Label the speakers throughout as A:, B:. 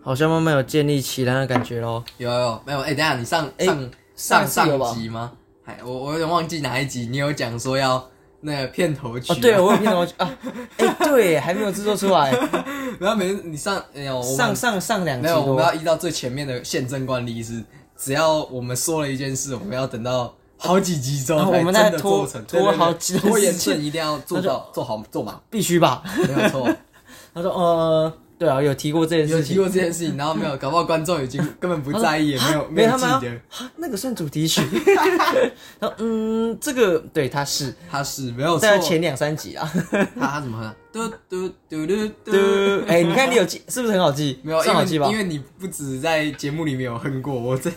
A: 好像慢慢有建立起来的感觉咯。
B: 有有有没有？哎、等一下你上
A: 哎
B: 上
A: 上
B: 上
A: 一次有吧
B: 上集吗？还我我有点忘记哪一集，你有讲说要那个片头曲、
A: 哦，对，我有片头曲 啊，哎、对，还没有制作出来。
B: 然后每次你上没哦有我们
A: 上上上两集
B: 没有，我们
A: 多，
B: 要依照最前面的宪政惯例是，只要我们说了一件事，我们要等到好几集之
A: 然
B: 后
A: 后哦我
B: 才
A: 们
B: 真
A: 再
B: 的
A: 拖
B: 做成，
A: 拖
B: 对对对
A: 好几段
B: 拖延
A: 时间
B: 症一定要做到做好做满，
A: 必须吧？
B: 没有错。
A: 他说，呃，对啊，有提过这件
B: 有
A: 事
B: 提
A: 情。
B: 过这件事情，然后没有，搞不好观众已经根本不在意，也
A: 他
B: 没
A: 说
B: 有
A: 啊
B: 没有
A: 他
B: 记
A: 们要
B: 得，
A: 啊那个算主 题曲。他说，嗯，这个对他是
B: 他是没有错
A: 在。前两三集啊。
B: 他他怎么哼？嘟嘟嘟嘟
A: 嘟
B: 嘟。，
A: 哎、你看你有记是不是很好记？
B: 没有，
A: 算
B: 因
A: 好
B: 为
A: 记吧
B: 因？为你不止在节目里面有哼过，我在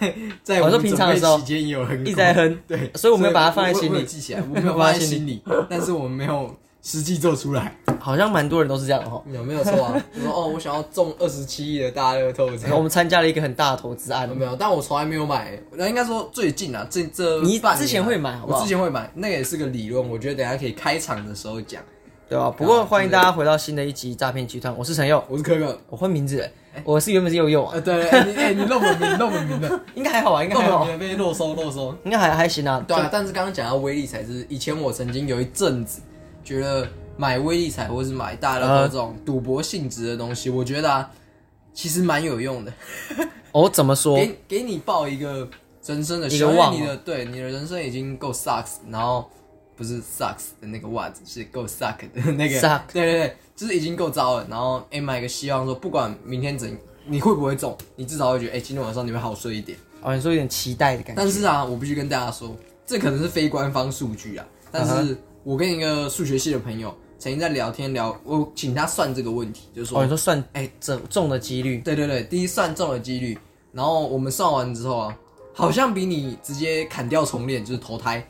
B: 在
A: 我
B: 我
A: 哦说
B: 们
A: 平
B: 准
A: 常的
B: 备
A: 时候
B: 期间也有哼过，
A: 一直在哼
B: 对，
A: 所以我没有把它放在
B: 我
A: 心
B: 我
A: 里
B: 有记起 来，我没有放在心里，但是我没有实际做出来，
A: 好像蛮多人都是这样哦。
B: 有没有错 啊？我说哦，我想要中二十七亿的大乐透，这
A: 然后我
B: 样
A: 们参加了一个很大的投资案
B: 有， 没有？但我从来没有买，那应该说最近啊，这这
A: 你
B: 半年啊
A: 之前会买好不好
B: 我之前会买，那个也是个理论，我觉得等一下可以开场的时候讲。
A: 对吧、不过欢迎大家回到新的一集诈骗集团，我是陈佑，
B: 我是可 可，
A: 我换名字了，
B: 哎
A: 我是原本是佑佑啊
B: 呃，，对，哎你哎你露本名，露本 名的，
A: 应该还好吧？应该
B: 露
A: 还
B: 本
A: 好
B: 名，的被漏收漏收。
A: 应该还还行啊。
B: 对啊，但是刚刚讲到威力彩是，以前我曾经有一阵子觉得买威力彩或是买大乐透这种赌博性质的东西，我觉得啊，其实蛮有用的，
A: 哦，怎么说？
B: 给给你报一个人生的
A: 一个
B: 希望因
A: 望
B: 为你
A: 哦
B: 的对你的人生已经够 sucks，然后不是 sucks 的那个 what 是够 suck 的那个
A: Suck
B: 对对对，就是已经够糟了，然后哎、买个希望说，不管明天怎你会不会中，你至少会觉得哎、今天晚上你会好睡一点。
A: 哦，你说有点期待的感觉。
B: 但是啊，我必须跟大家说，这可能是非官方数据啊。但
A: 嗯
B: 是我跟一个数学系的朋友曾经在聊天聊，我请他算这个问题，就是说，
A: 哦，你说算
B: 哎
A: 中中的几率，
B: 对对对，第一算中的几率，然后我们算完之后啊，好像比你直接砍掉重练，就是投胎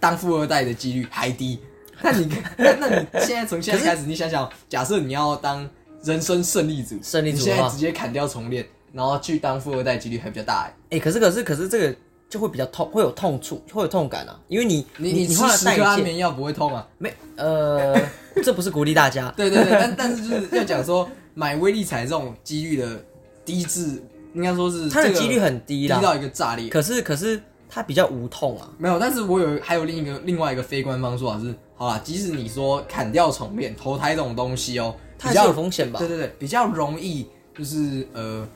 B: 当富二代的几率还低。那你 那那你现在从现在开始，你想想，假设你要当人生胜利组，
A: 胜利组
B: 你
A: 的
B: 现在
A: 话
B: 直接砍掉重练，然后去当富二代几率还比较大、欸。
A: 哎、可是可是可是这个就会比较痛，会有痛处，会有痛感啊，因为你
B: 你
A: 你
B: 你吃
A: 花了
B: 十颗
A: 代
B: 安
A: 谢，
B: 眠药不会痛啊？
A: 没呃， 这不是鼓励大家，
B: 对对对，但但是就是要讲说买威力彩这种几率的低至，应该说是
A: 它的
B: 这个
A: 几率很低
B: 低
A: 啦。
B: 到一个炸裂。
A: 可是可是它比较无痛啊，
B: 没有，但是我有还有另一个另外一个非官方说法是，好啦，即使你说砍掉重练、投胎这种东西哦，
A: 它还
B: 比
A: 是
B: 较
A: 有风险吧
B: 对？对对，比较容易就是呃，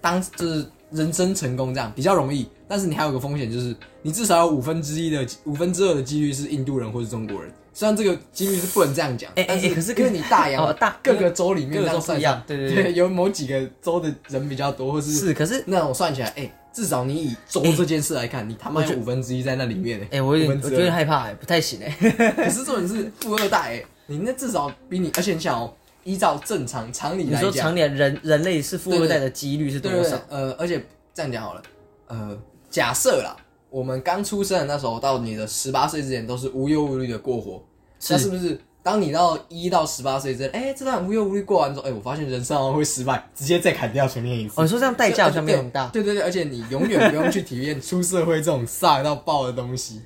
B: 当就是人生成功这样比较容易，但是你还有个风险就是，你至少有五分之一的五分之二的几率是印度人或是中国人。虽然这个几率是不能这样讲，
A: 哎哎
B: 但
A: 哎可是
B: 因为你大洋、
A: 哦大
B: 各个州里面
A: 各种
B: 这样
A: 不
B: 算
A: 一
B: 下
A: 样，对对
B: 对
A: 对，
B: 有某几个州的人比较多，或是
A: 是可是。
B: 那我算起来，哎、至少你以州这件事来看，你他妈有五分之一在那里面、哎
A: 哎、我有点，
B: 5
A: 我有
B: 分之二
A: 点害怕、哎，不太行哎、
B: 可是重点是富二代、哎，你那至少比你，而且你想哦，依照正常常理
A: 你
B: 来
A: 说
B: 讲，
A: 常年人人类是富二代的几率是多
B: 对对
A: 少
B: 对？，呃，而且这样讲好了，呃，假设啦，我们刚出生的那时候到你的十八岁之前都是无忧无虑的过活，
A: 是
B: 那是不是？当你到一到十八岁之间，哎、这段无忧无虑过完之后，哎、我发现人生好像会失败，直接再砍掉前面一次
A: 哦，。你说这样代价好像没有很大
B: 对对对，而且你永远不用去体验出社会这种飒到爆的东西，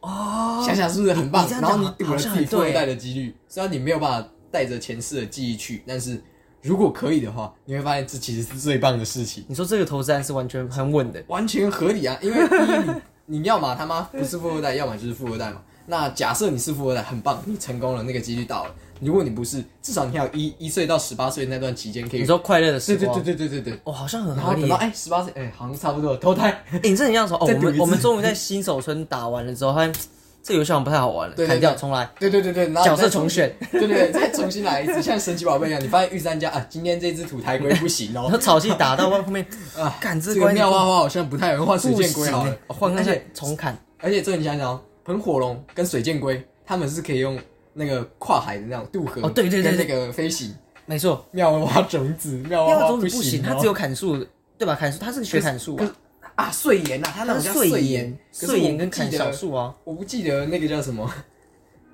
A: 哦。
B: 想想是不是很棒？
A: 你这样
B: 然
A: 讲
B: 后你赌了自
A: 好像
B: 己富二
A: 很对
B: 代的几率，虽然你没有办法带着前世的记忆去，但是如果可以的话，你会发现这其实是最棒的事情，
A: 你说这个投资案是完全很稳的，
B: 完全合理啊！因为第一，你 你要嘛他妈不是富二代，要么就是富二代嘛。那假设你是富二代，很棒，你成功了，那个几率到了。如果你不是，至少你还有一一岁到十八岁那段期间可以。
A: 你说快乐的
B: 对
A: 时
B: 对
A: 光，
B: 对对对对对。
A: 哦，好像很
B: 然
A: 合
B: 后
A: 理
B: 等
A: 耶。
B: 到哎十八岁，哎、好像差不多了，投胎。
A: 哎、你这很像说哦，
B: 再
A: 我
B: 赌一
A: 们
B: 次
A: 我们终于在新手村打完了之后，发现这游戏好像不太好玩了，
B: 对对
A: 砍掉
B: 对
A: 重来，
B: 对对对对，然后你再
A: 角色重选，
B: 对对对，再重新来一次，像神奇宝贝一样，你发现御三家啊，今天这只土台龟不行
A: 然
B: 哦，
A: 后草 系打到后面，
B: 啊，
A: 干 这
B: 这个
A: 关
B: 妙蛙花好像不太能换水
A: 不
B: 箭
A: 行
B: 龟好了
A: 耶，，哦换
B: 而
A: 看看
B: 且
A: 重砍，
B: 而且这你想想哦，喷火龙跟水箭龟，他们是可以用那个跨海的那种渡河，
A: 哦对对对
B: 跟
A: 对
B: 那个飞行
A: 没错，
B: 妙蛙花种子，妙蛙
A: 要
B: 花
A: 种子不
B: 行
A: 行，
B: 哦，
A: 它只有砍树，对吧？砍树，它是学砍树
B: 可是
A: 啊，
B: 啊碎岩呐，它
A: 它
B: 那种
A: 是
B: 叫
A: 碎
B: 岩
A: 岩，，
B: 可是
A: 碎
B: 我
A: 岩
B: 不
A: 跟
B: 记
A: 砍
B: 得
A: 小树啊。
B: 我不记得那个叫什么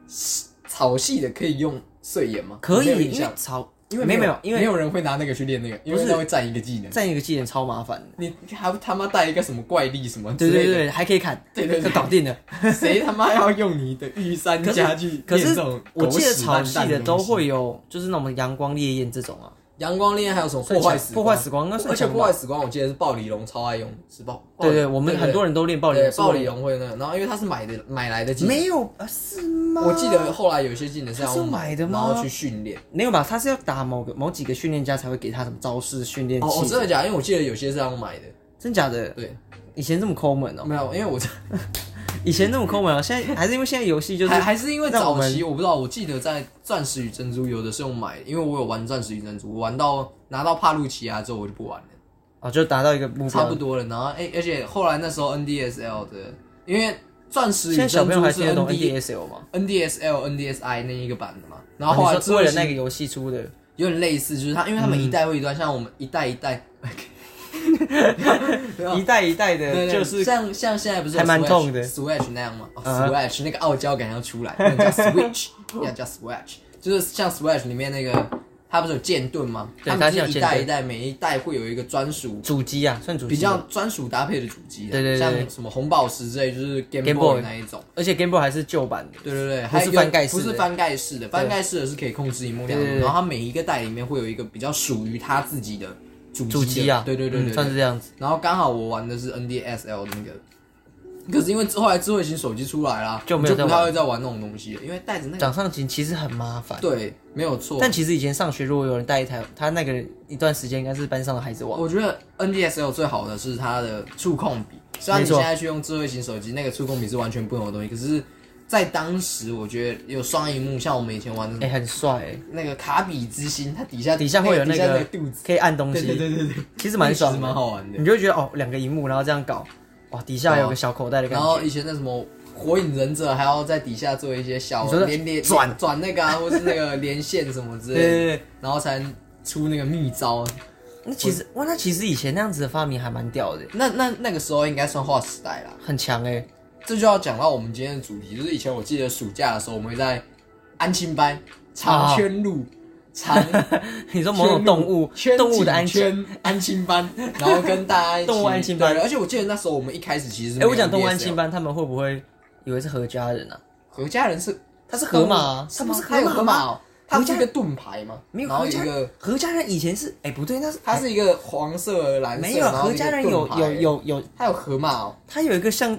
B: 草系的可以用碎岩吗？
A: 可
B: 我没有
A: 以，
B: 印
A: 因
B: 象
A: 为草，
B: 因为
A: 没有没
B: 没
A: 有，因
B: 没
A: 为
B: 有人会拿那个去练那个，因
A: 不
B: 为
A: 是
B: 那会占一个技能。
A: 占一个技能超麻烦的。
B: 你还他妈带一个什么怪力什么
A: 对
B: 之
A: 对
B: 类的，
A: 对，还可以砍，
B: 对对对
A: 就搞定了。
B: 谁他妈要用你的御三家去
A: 可
B: 练
A: 是
B: 这种
A: 我
B: 狗
A: 记得
B: 屎
A: 草
B: 烂
A: 系
B: 蛋
A: 的
B: 的
A: 都
B: 东西
A: 会有，就是那种阳光烈焰这种啊，
B: 阳光恋爱还有什么破坏时
A: 破
B: 光
A: 坏死光，那
B: 而
A: 算
B: 且
A: 强
B: 破
A: 吧
B: 坏？时光我记得是暴李龙超爱用，是暴
A: 对对，我们很多
B: 人
A: 人都练暴力
B: 对，
A: 是
B: 暴李龙会那个，然后因为他是买的买来的技能，
A: 没有啊？是吗？
B: 我记得后来有些技能是要
A: 他是买的
B: 然
A: 吗
B: 后去训练。
A: 没有吧？他是要打某个某几个训练家才会给他什么招式训练器
B: 哦，哦，真的假的？因为我记得有些是要买的，
A: 真假的？
B: 对，
A: 以前这么抠门哦、
B: 没有，因为 我
A: 以前这么抠门啊，现在还是因为现在游戏就是
B: 还还是因为
A: 让我
B: 早
A: 们
B: 期我不知道，我记得在《钻石与珍珠》有的是用买的，因为我有玩《钻石与珍珠》，我玩到拿到帕路奇亚之后我就不玩了，
A: 哦，就达到一个目
B: 差
A: 标。
B: 不多了。然后哎、而且后来那时候 NDSL 的，因为《钻石与
A: 现在
B: 珍珠
A: 小朋友》还
B: 是
A: 听得懂
B: ND
A: NDSL 吗？
B: NDSL NDSI 那一个版的嘛，然
A: 哦
B: 后后来
A: 你说为了那
B: 个
A: 个游嗯戏出的，
B: 有点类似，就是它，因为他们一代会一代，像我们一代一代，有
A: 一代一代的，
B: 啊对对
A: 就是
B: 像像现在不是有
A: 还蛮
B: Switch-
A: 痛的
B: Switch 那样吗、哦
A: 嗯
B: Switch 那个傲娇感要出来，那叫 Switch，要叫 Switch，就是像 Switch 里面那个，它不是有剑盾吗？
A: 对
B: 它
A: 它
B: 们
A: 是有
B: 是一
A: 剑
B: 代
A: 盾
B: 一代，每一代会有一个专属
A: 主机啊，算主机。
B: 比较，专属搭配的主机啊，
A: 对对对对
B: 像什么红宝石之类，就是 Game
A: Game
B: Boy
A: Boy
B: 那一种。
A: 而且 Game Boy 还是旧版的。
B: 对对对，
A: 不是
B: 还有
A: 翻盖式
B: 不
A: 的
B: 是翻盖式的，翻盖式的是可以控制荧幕亮度
A: 对，对对
B: 然后它每一个代里面会有一个比较属于它自己的主
A: 主
B: 机
A: 机
B: 的
A: 啊，
B: 对对对
A: 嗯
B: 对对
A: 算是这样子，
B: 然后刚好我玩的是 NDSL 的那个，可是因为后来智慧型手机出来啦，
A: 就
B: 我
A: 没有
B: 就
A: 再
B: 不
A: 玩
B: 太会再玩那种东西了，因为带着那个，
A: 掌上型其实很麻烦。
B: 对，没有错。
A: 但其实以前上学，如果有人带一台，他那个人一段时间应该是班上的孩子王。
B: 我觉得 NDSL 最好的是它的触控笔，虽然你
A: 没
B: 现
A: 错
B: 在去用智慧型手机，那个触控笔是完全不同的东西，可是，在当时我觉得有双荧幕，像我们以前玩的
A: 哎、很帅、欸，
B: 那个卡比之心，它底下
A: 底下会有
B: 那
A: 那
B: 底下
A: 个
B: 肚子，
A: 可以按东
B: 对对
A: 西，
B: 对对对，
A: 其实蛮爽
B: 其
A: 的，
B: 实蛮好玩的。
A: 你就会觉得哦，两个荧幕，然后这样搞，哇，底下有个小口袋的感
B: 然后
A: 觉。
B: 以前那什么火影忍者还要在底下做一些小
A: 你说的
B: 连连
A: 转
B: 转那 个啊，或是那个连线什么之
A: 对
B: 类的，
A: 对对，
B: 然后才能出那个秘招。
A: 那其实哇，那其实以前那样子的发明还蛮屌的，
B: 那那那个时候应该算划时代啦。
A: 很强 哎、欸。
B: 这就要讲到我们今天的主题，就是以前我记得暑假的时候，我们会在安亲班长 圈路。长
A: 你说某种动物
B: 圈，
A: 动物的安全。
B: 圈安亲班，然后跟大家一起
A: 动物安亲班
B: 对而且我记得那时候我们一开始其实是啊
A: 哎、
B: 没有
A: 我讲动物安亲
B: DSL，
A: 班，他们会不会以为是何家人啊？
B: 何家人是
A: 他是河马啊，
B: 它不是
A: 他有
B: 河
A: 河
B: 马
A: 马哦，
B: 哦它
A: 何
B: 是
A: 家
B: 一个盾牌吗？
A: 没有
B: 然后
A: 何
B: 有
A: 家
B: 一个，
A: 何家人以前是哎、不对，那是
B: 它是一个黄色、蓝色，
A: 没有
B: 然后
A: 何
B: 一个
A: 家人
B: 盾
A: 有
B: 牌
A: 有，有有，
B: 它有河马哦，
A: 他有一个像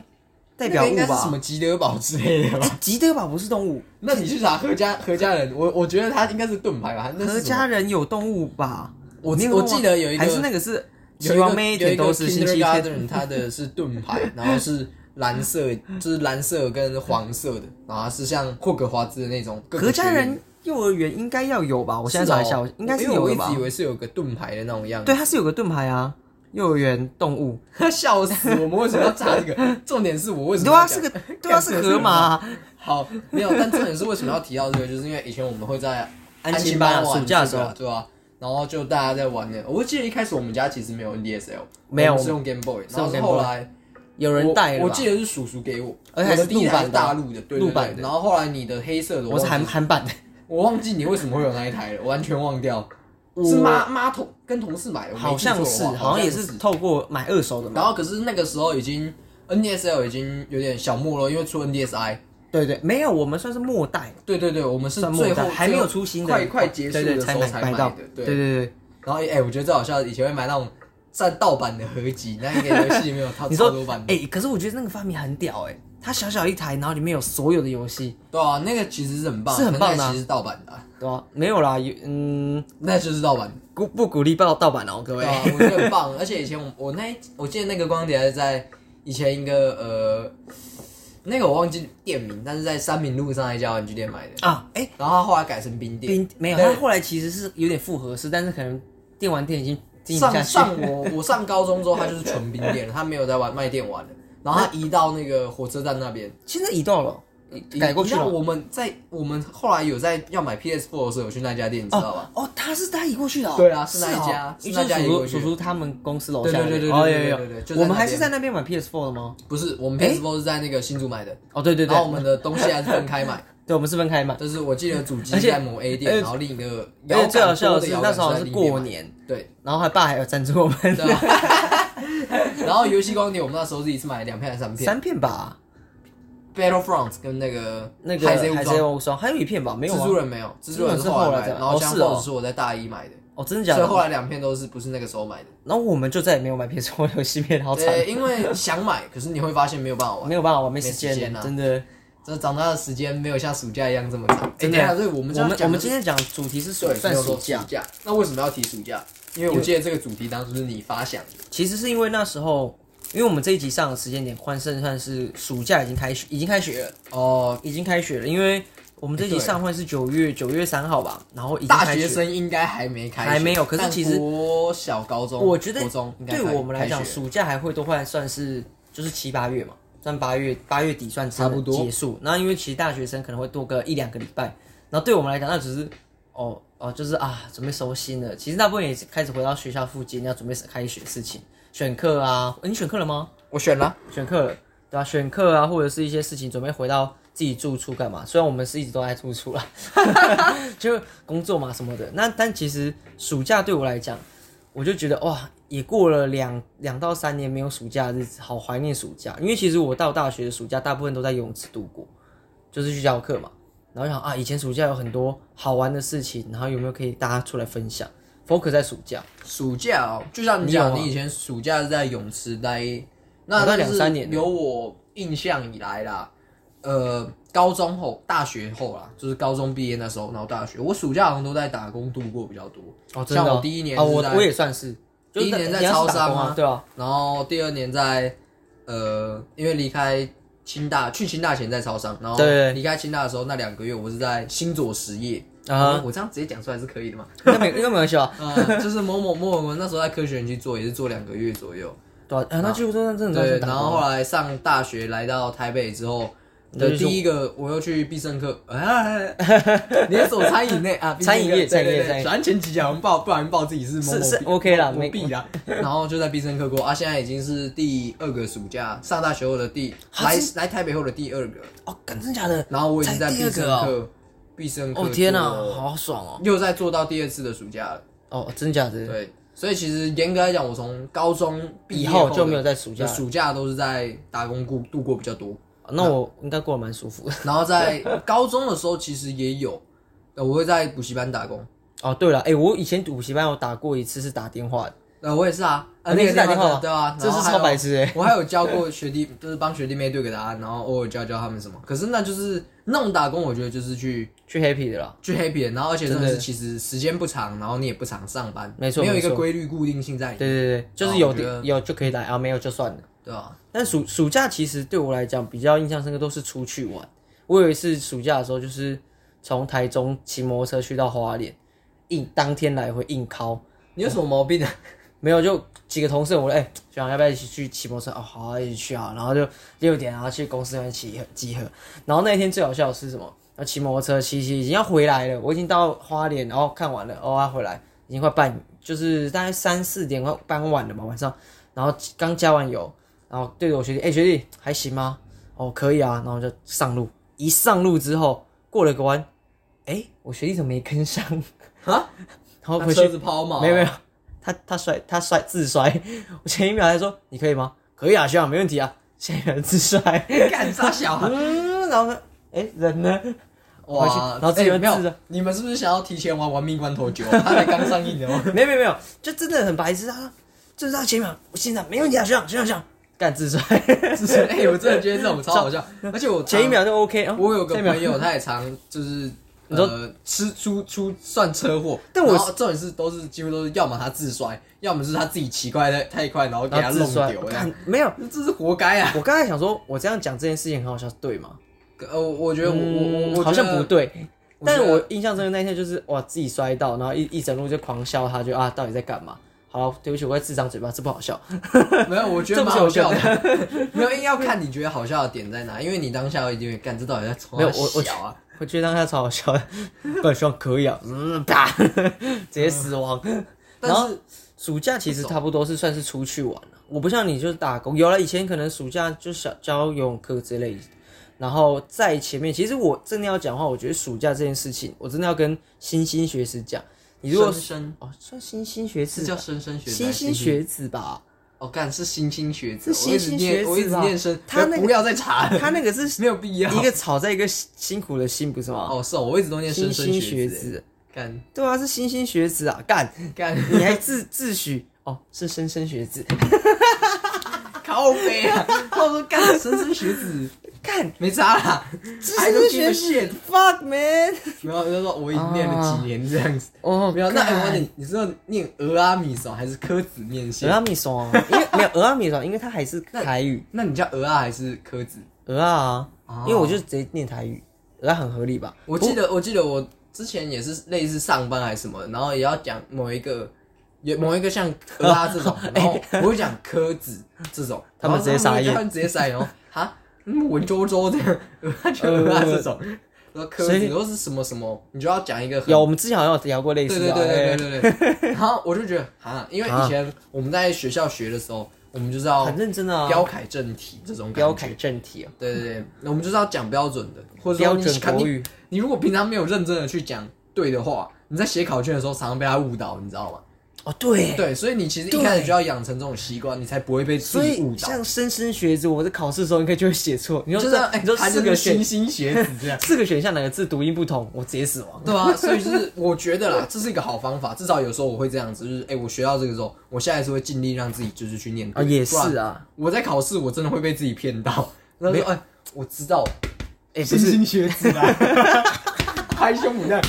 A: 代
B: 代
A: 表
B: 应
A: 物
B: 该是
A: 吧？
B: 什么吉德堡之类 的吧？
A: 吉德堡不是动物，
B: 那你去查何家何家人，我我觉得它应该是盾牌吧？那是什么
A: 何家人有动物吧？
B: 我
A: 你有
B: 我
A: 看过
B: 记得有一个
A: 还是那个是
B: 有
A: 希
B: 一个
A: 望妹一点都是星期天，
B: 人，它的是盾牌， 然后是。蓝色就是蓝色跟黄色的，然后它是像霍格华兹的那种。各个
A: 何家
B: 学院
A: 人幼儿园应该要有吧？我现在
B: 是哦
A: 查一下，我应该是
B: 因为
A: 有
B: 我
A: 的
B: 一直
A: 吧
B: 以？为是有个盾牌的那种样子。
A: 对，它是有个盾牌啊，幼儿园动物。
B: 笑死！我们为什么要查 这个？重点是我为什么
A: 对
B: 要
A: 啊，
B: 讲
A: 是个对啊，是河马啊。
B: 好没有，但重点是为什么要提到这个？就是因为以前我们会在
A: 安
B: 亲
A: 亲班啊
B: 玩
A: 暑假的
B: 这个
A: 时候
B: 对啊，然后就大家在玩那个。我记得一开始我们家其实没有 NDSL，
A: 没有
B: 我们是用 Game Boy，
A: 是
B: 然
A: 用
B: 后是
A: Game
B: 后
A: Boy
B: 来
A: 有人带
B: 我，
A: 了
B: 我
A: 吧，
B: 记得是叔叔给我，
A: 而且还是
B: 我第一台
A: 陆版的
B: 大陆的，对对对
A: 陆版的
B: 然后后来你的黑色的，
A: 我是韩
B: 忘记
A: 韩版的。
B: 我忘记你为什么会有那一台了，完全忘掉。
A: 我
B: 是妈妈同跟同事买的，我没
A: 好
B: 记错
A: 像
B: 的
A: 是，
B: 话
A: 好像也
B: 是
A: 是透过买二手的
B: 然
A: 嘛。
B: 后可是那个时候已经 NDSL 已经有点小没落，因为出 NDSI。
A: 对对，没有，我们算是末代，
B: 对对对，我们是
A: 算末
B: 最后
A: 代，还没有出新的，哦
B: 快快结束
A: 对
B: 的
A: 对
B: 时
A: 才
B: 候
A: 买
B: 买
A: 到。
B: 的。
A: 对对对，
B: 然后哎、我觉得最好笑，以前会买那种占盗版的合集，那一个游戏里面有超
A: 你
B: 超
A: 说
B: 多版，的。
A: 哎，可是我觉得那个发明很屌哎，它小小一台，然后里面有所有的游戏，
B: 对啊，那个其实是很棒，
A: 是很棒的啊
B: 可那其实是盗版的啊、
A: 对吧？没有啦，有嗯，
B: 那就是盗版的。
A: 不不鼓励盗盗版哦，各 位。
B: 对啊，我觉得很棒。而且以前我我那一我记得那个光碟还是在以前一个呃，那个我忘记店名，但是在三民路上一家玩具店买 的。
A: 啊，哎，
B: 然后它后来改成冰店，
A: 冰没有，
B: 对
A: 它后来其实是有点复合式，但是可能电玩店已经经营不下
B: 上
A: 去。
B: 上我我上高中之后，他就是纯冰店了，他没有在玩卖电玩了。然后他移到那个火车站那边，
A: 现在移到了，
B: 移
A: 嗯改过去
B: 移到
A: 了。哦
B: 我们在我们后来有在要买 PS4 的时候，有去那家店，你知道吧？
A: 哦，他是他移过去的、哦。
B: 对啊是那一
A: 哦
B: 家是
A: 因
B: 那
A: 为就
B: 家
A: 是
B: 移
A: 叔
B: 过
A: 叔
B: 去
A: 叔叔他们公司楼
B: 对
A: 下
B: 对
A: 那边。
B: 对对
A: 哦
B: 对
A: 有有
B: 对
A: 有
B: 对对就在
A: 我们
B: 那
A: 还是
B: 边
A: 在那边买 PS4 的吗？
B: 不是，我们
A: 诶
B: PS4 是在那个新竹买的，
A: 哦，对对
B: 然
A: 对
B: 后，我们的东西还是分开买，
A: 对我们是分开买。
B: 就是我记得主机
A: 而且
B: 在某 A
A: 而
B: 店，
A: 且
B: 然后另一个
A: 而且最好笑
B: 摇
A: 的
B: 杆多的
A: 是
B: 摇杆
A: 那时候好像
B: 在
A: 是
B: 另一边
A: 过
B: 买，
A: 年，
B: 对
A: 然后还爸还有赞助我们
B: 对啊 啊。然后游戏光碟我们那时候是一次买两片还是三片？
A: 三片吧。
B: Battlefront 跟那个
A: 那个
B: 海贼无
A: 海
B: 双
A: 贼、无双还有一片吧？没有啊
B: 蜘
A: 吗
B: 蛛？人没有，蜘蛛
A: 蛛人
B: 人
A: 是
B: 是后
A: 后
B: 来
A: 来
B: 买
A: 的
B: 的，然后
A: 哦
B: 像
A: 是哦
B: 或者是我在大一买的，
A: 哦，真的假
B: 所以
A: 的？
B: 后来两片都是不是那个时候买的。
A: 然后我们就再也没有买 PS 五游戏片，好惨，
B: 对，因为想买，可是你会发现没有办法玩。
A: 没有办法，我没
B: 没
A: 时
B: 时间
A: 间
B: 啊
A: 了，真的。
B: 这长大的时间没有像暑假一样这么长。
A: 真
B: 哎等一
A: 的
B: 下对，我们
A: 我们我们今
B: 天
A: 天讲主题是暑
B: 对
A: 算
B: 没有
A: 暑
B: 说
A: 假，
B: 假，那为什么要提暑假？因为我记得这个主题当初是你发想的，
A: 其实是因为那时候，因为我们这一集上的时间点换算算是暑假已经开学，已经开学了，
B: 哦，
A: 已经开学了，因为我们这集
B: 哎对
A: 上换是九月九月三号吧，然后已经
B: 大
A: 开学。
B: 学生应该还没开学，
A: 还没有可是
B: 但
A: 其实
B: 国小、高中，
A: 我觉得
B: 国中应该
A: 对
B: 开
A: 我们来讲，
B: 开学
A: 暑假还会多换算是就是七八月嘛，算八月八月底算
B: 差不多
A: 结束。那因为其实大学生可能会多个一两个礼拜，然后对我们来讲，那只是哦哦，就是啊，准备收心了。其实大部分也是开始回到学校附近，要准备开学事情，选课啊。诶你选课了吗？
B: 我选了，
A: 选课了，对吧、选课啊，或者是一些事情，准备回到自己住处干嘛？虽然我们是一直都在住处啦， 就工作嘛什么的。那但其实暑假对我来讲，我就觉得哇，也过了两两到三年没有暑假的日子，好怀念暑假。因为其实我到大学的暑假，大部分都在游泳池度过，就是去教课嘛。然后想啊，以前暑假有很多好玩的事情，然后有没有可以大家出来分享？focus 在暑假，
B: 暑假哦，就像你
A: 你有
B: 讲，
A: 吗
B: 你以前暑假是在泳池待，
A: 我
B: 那
A: 在
B: 就是
A: 两三年
B: 有我印象以来啦，呃，高中后、大学后啦，就是高中毕业那时候，然后大学，我暑假好像都在打工度过比较多。
A: 哦，真的、
B: 像
A: 哦。
B: 我第一年
A: 啊，
B: 是
A: 我
B: 在
A: 我也算是，就
B: 第一年在
A: 你要
B: 超
A: 是打
B: 商
A: 工啊
B: 啊，
A: 对啊，
B: 然后第二年在呃，因为离开清大，去清大前在超商，然后
A: 对
B: 离开清大的时候那两个月，我是在新左实业
A: 啊
B: 我这样直接讲出来是可以的嘛？
A: 那没那没关系吧？
B: 呃， 就是某某某某，那时候在科学园区做，也是做两个月左右。
A: 对啊，啊那几乎都是真的都
B: 对，
A: 是打
B: 然
A: 工
B: 后后来上大学来到台北之后
A: 你就
B: 的
A: 去做
B: 第一个，我又去必胜客， 哎，你是走餐饮类啊，必胜客
A: 餐饮业餐饮业
B: 对对
A: 餐饮
B: 对，
A: 业
B: 反正前几讲我们报，不然报自己是某某
A: 是是
B: 必
A: OK 啦
B: 某
A: 没
B: 某必啦，啊然后就在必胜客过啊，现在已经是第二个暑假，上大学后的第
A: 啊
B: 来
A: 是
B: 来台北后的第二个，
A: 哦，干真假的？
B: 然后我已经在
A: 才
B: 必
A: 第二
B: 胜
A: 个哦
B: 客，必胜客
A: 哦天哪，
B: 做了
A: 好爽哦！
B: 又在做到第二次的暑假了，
A: 哦，真假的？
B: 对，所以其实严格来讲，我从高中毕业
A: 以后就
B: 的
A: 没有在暑假了
B: 暑假都是在打工度度过比较多。
A: 那我应该过得蛮舒 服的。
B: 然后在高中的时候其实也有，呃，我会在补习班打工，
A: 哦，对了，哎，我以前补习班有打过一次是打电话的，
B: 呃，我也是啊，呃，
A: 你
B: 那
A: 也
B: 个
A: 是打电话
B: 的对啊，
A: 这
B: 然后
A: 是
B: 还有
A: 超白痴哎。
B: 我还有教过学弟，就是帮学弟妹对个答案，然后偶尔教教他们什么。可是那就是那种打工，我觉得就是去
A: 去 happy 的啦，
B: 去 happy，的然后而且真的
A: 真
B: 是
A: 的
B: 其实时间不长，然后你也不常上班，
A: 没错
B: 没有一个
A: 没错
B: 规律固定性在里面，
A: 对对对，就是
B: 哦
A: 有
B: 我觉得
A: 有就可以来啊，没有就算了。
B: 对吧？
A: 但暑暑假其实对我来讲比较印象深刻，都是出去玩。我有一次暑假的时候，就是从台中骑摩托车去到花莲，硬当天来回硬靠，
B: 你有什么毛病啊？
A: 没有，就几个同事，我说哎、学长要不要一起去骑摩托车？哦，好、啊，一起去啊。然后就六点，然后去公司那边集合集合。然后那一天最好笑的是什么？要骑摩托车骑骑，已经要回来了，我已经到花莲，然后看完了，哦，要回来，已经快半，就是大概三四点，快傍晚了嘛，晚上。然后刚加完油，然后对着我学弟，哎、学弟还行吗？哦，可以啊。然后就上路，一上路之后过了个弯，哎、我学弟怎么没跟上？
B: 啊？
A: 然后
B: 他
A: 回去
B: 车子抛锚？啊
A: 没有没有，哦他他摔他摔自摔， 我前一秒还说你可以吗？可以啊，学长没问题啊， 下一秒自摔，
B: 有， 干啥小孩？
A: 嗯，然后呢，哎人呢？ 回去
B: 哇！
A: 然后自己
B: 哎
A: 会
B: 没有
A: 自的
B: 你们是不是想要提前玩玩命关头九？他才刚上映 哦。
A: 没有没有没有，就真的很白痴啊，就是他前一秒我心想没问题啊，学长学长学长，干自摔，
B: 就是哎、我真的觉得这种超好笑，而且我常
A: 前一，秒就 OK 啊，
B: 我有个
A: 下一秒
B: 朋友，他也常就是。
A: 你说
B: 呃，吃出出算车祸，
A: 但我
B: 然后重点是都是几乎都是要么他自摔，要么是他自己骑快太太快，然后给
A: 然
B: 他
A: 后自
B: 弄
A: 摔，
B: 丢，这样
A: 干没有，
B: 这是活该啊！
A: 我刚才想说我这样讲这件事情很好笑，对吗？
B: 呃，我我觉得我我
A: 嗯
B: 我，
A: 好像不，对。
B: 我
A: 但
B: 觉
A: 是
B: 得
A: 我印象中的那一天就是哇，自己摔到，然后一一整路就狂笑他，就啊到底在干嘛？好，对不起，我在智障嘴巴，这不好笑。
B: 没有，我觉
A: 这
B: 得
A: 不
B: 蛮
A: 是
B: 好
A: 我觉
B: 笑
A: 得
B: 的， 没有硬要看你觉得好笑的点在哪，因为你当下一定会干，这到底在冲
A: 没有我我
B: 小啊，
A: 我觉得当下超好笑 的，本双可以啊，嗯，啪， 直接死亡。然
B: 但
A: 后
B: 是
A: 暑假其实差不多是算是出去玩了，我不像你就是打工，有了以前可能暑假就小教游泳课之类的。然后在前面，其实我真的要讲的话，我觉得暑假这件事情，我真的要跟新兴学子讲，你如果
B: 生生
A: 哦算新兴学
B: 是
A: 子
B: 叫
A: 吧，
B: 生生学，
A: 新兴学子吧，
B: 哦，干是新兴学
A: 是
B: 子，
A: 新兴学子吧啊
B: 我一直念，我一直念生，
A: 他那个
B: 不要再查 了，
A: 他那个是
B: 没有必要。
A: 一个草在一个辛苦的辛，不是吗？
B: 哦，是哦，我一直都念
A: 新
B: 生生
A: 兴学
B: 子，
A: 子，
B: 干
A: 对啊，是新兴学子啊，干，
B: 干
A: 你还自自诩哦是生生学子，
B: 靠背啊！他说干生生学子，
A: 干，
B: 没差啦，
A: 生生学
B: 子。
A: fuck man，
B: 然后他说我已经念了几年这样子。
A: 哦
B: 没有，那
A: 干
B: 哎我问你，你知道念俄阿米索还是科子面
A: 俄
B: 线？
A: 阿米爽，因为没有俄阿米爽，因为它还是台语
B: 那你叫俄阿还是科子？
A: 俄啊
B: 哦，
A: 因为我就直接念台语，俄啊很合理吧？
B: 我记得，我记得我之前也是类似上班还是什么，然后也要讲某一个，有某一个像科拉这 种，然后我会讲科子这种，
A: 哎他们直接傻眼
B: 然后他们直接傻眼，然后哈，嗯，文绉绉的， 他就科拉 这种，然后科
A: 所
B: 子
A: 以
B: 然后是什么什么，你就要讲一个很
A: 有，我们之前好像有聊过类
B: 对
A: 似
B: 对
A: 的，
B: 对对
A: 哎
B: 对对对对，然后我就觉得啊，因为以前我们在学校学的时候，我们就是要
A: 很认真啊，
B: 标楷正体这种
A: 标
B: 感
A: 楷
B: 觉，
A: 正体啊，
B: 对对对，我们就是要讲标准的，或者
A: 标
B: 说你
A: 准
B: 肯
A: 国
B: 定
A: 语，
B: 你如果平常没有认真的去讲对的话，你在写考卷的时候常常被他误导，你知道吗？
A: 哦对。
B: 对，所以你其实一开始就要养成这种习惯，你才不会被自
A: 所
B: 己
A: 以
B: 误导。
A: 像生生学子，我在考试的时候应该就会写错。你说
B: 就是
A: 这
B: 哎，
A: 你说
B: 他
A: 四
B: 就是
A: 个
B: 新
A: 选。
B: 兴学子这样
A: 四个选项哪个字读音不同，我直接死亡。
B: 对啊，所以就是我觉得啦，这是一个好方法。至少有时候我会这样子，就是哎、我学到这个时候，我下一次会尽力让自己哦就是去念
A: 啊，
B: 对
A: 也是。
B: 不然
A: 啊，
B: 我在考试，我真的会被自己骗到。然后
A: 没
B: 说哎、我知道
A: 哎、不
B: 新
A: 是，
B: 兴学子啦，拍胸脯这样。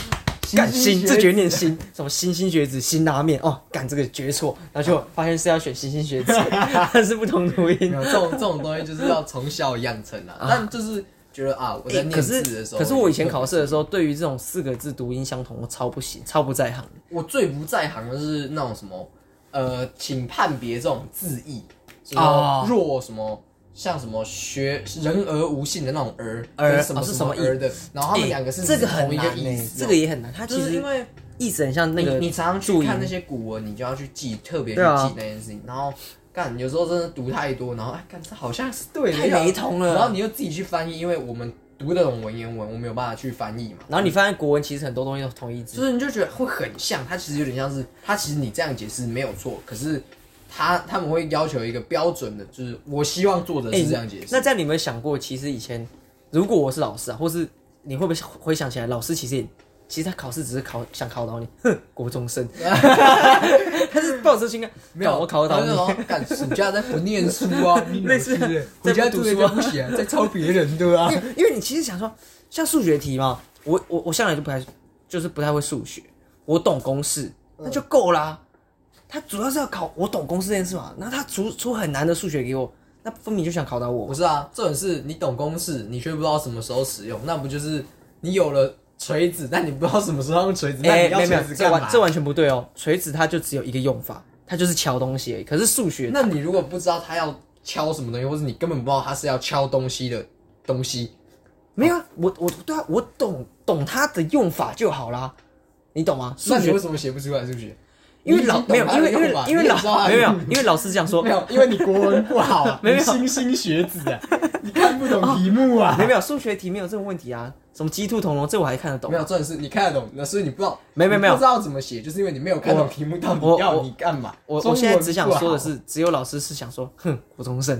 A: 干
B: 新
A: 新，
B: 兴
A: 这
B: 学
A: 绝对念新，什么新兴学子、新拉面哦，干这个绝错，然后就发现是要选新兴学子， 但是不同读音
B: 没。有 这种这种东西就是要从小养成啊，但就是觉得啊，我在
A: 哎可
B: 念字
A: 是
B: 的时候，
A: 可是我以前考试的时候，对于这种四个字读音相同，我超不行，超不在行。
B: 我最不在行的是那种什么呃，请判别这种字义，什
A: 哦
B: 么若什么。像什么学人而无信的那种儿
A: 儿
B: 跟什么
A: 哦是
B: 什么
A: 什么义
B: 儿的，然后他们两个是
A: 哎这个很
B: 同一
A: 难
B: 个意
A: 欸
B: 思，哦
A: 这个也很难。它
B: 就
A: 其
B: 是
A: 实
B: 因为
A: 意思很像那个
B: 你你常常
A: 注
B: 去
A: 音
B: 看那些古文，你就要去记，特别去
A: 对啊
B: 记那件事情。然后干，有时候真的读太多，然后哎，干这好像是对的
A: 太
B: 样子，
A: 雷同了
B: 然后你又自己去翻译，因为我们读得懂文言文，我没有办法去翻译嘛。
A: 然后你发现国文其实很多东西都同义字，
B: 就是你就觉得会很像，它其实有点像是，它其实你这样解释没有错，可是他他们会要求一个标准的，就是我希望做的
A: 哎
B: 是这样解释。
A: 那这样你有没有想过，其实以前如果我是老师啊，或是你会不会回想起来，老师其实也其实他考试只是考想考倒你，哼，国中 生，他是抱着心啊，
B: 没有，
A: 干我考得倒
B: 他就
A: 你，
B: 说，干暑假在不念书 啊，
A: 类似
B: 你老师
A: 在
B: 回家
A: 不读
B: 作业
A: 书啊
B: 就不写、啊，在抄别人的啊
A: 因。为因为你其实想说，像数学题嘛，我我我向来就不太就是不太会数学，我懂公式那就够啦。他主要是要考我懂公式这件事嘛，那他出出很难的数学给我，那分明就想考倒我
B: 不。是啊，这种是你懂公式，你却不知道什么时候使用，那不就是你有了锤子，但你不知道什么时候用锤子，那
A: 哎、
B: 你要
A: 没有没有
B: 锤，子
A: 这
B: 干嘛？
A: 完这完全不对哦。锤子它就只有一个用法，它就是敲东西而已。可是数学，
B: 那你如果不知道他要敲什么东西，或是你根本不知道他是要敲东西的东西，
A: 没有啊，我我对啊，我懂懂它的用法就好啦，你懂吗？数
B: 那你
A: 学
B: 为，什么写不出来数学？
A: 因为老
B: 你
A: 没有，
B: 懂它
A: 因为
B: 的
A: 因为
B: 用法
A: 因为老没
B: 你也知道它的
A: 有没有
B: 用法，
A: 因为老师这样说，
B: 没
A: 没有
B: 有，因为你国文不好 啊，
A: 没有哦
B: 你新兴学子啊，你看不懂题目啊。
A: 没有数学题没有这个问题啊，什么鸡兔同笼这我还看得懂
B: 没。有，重点是你看得懂，那所以你不知道，
A: 没没
B: 你
A: 没有
B: 不知道怎么写，就是因为你没有看懂题目到
A: 我
B: 底要
A: 我
B: 你干嘛。
A: 我
B: 中
A: 我
B: 文
A: 现在只想
B: 不好
A: 说的，是，只有老师是想说，哼，国中生，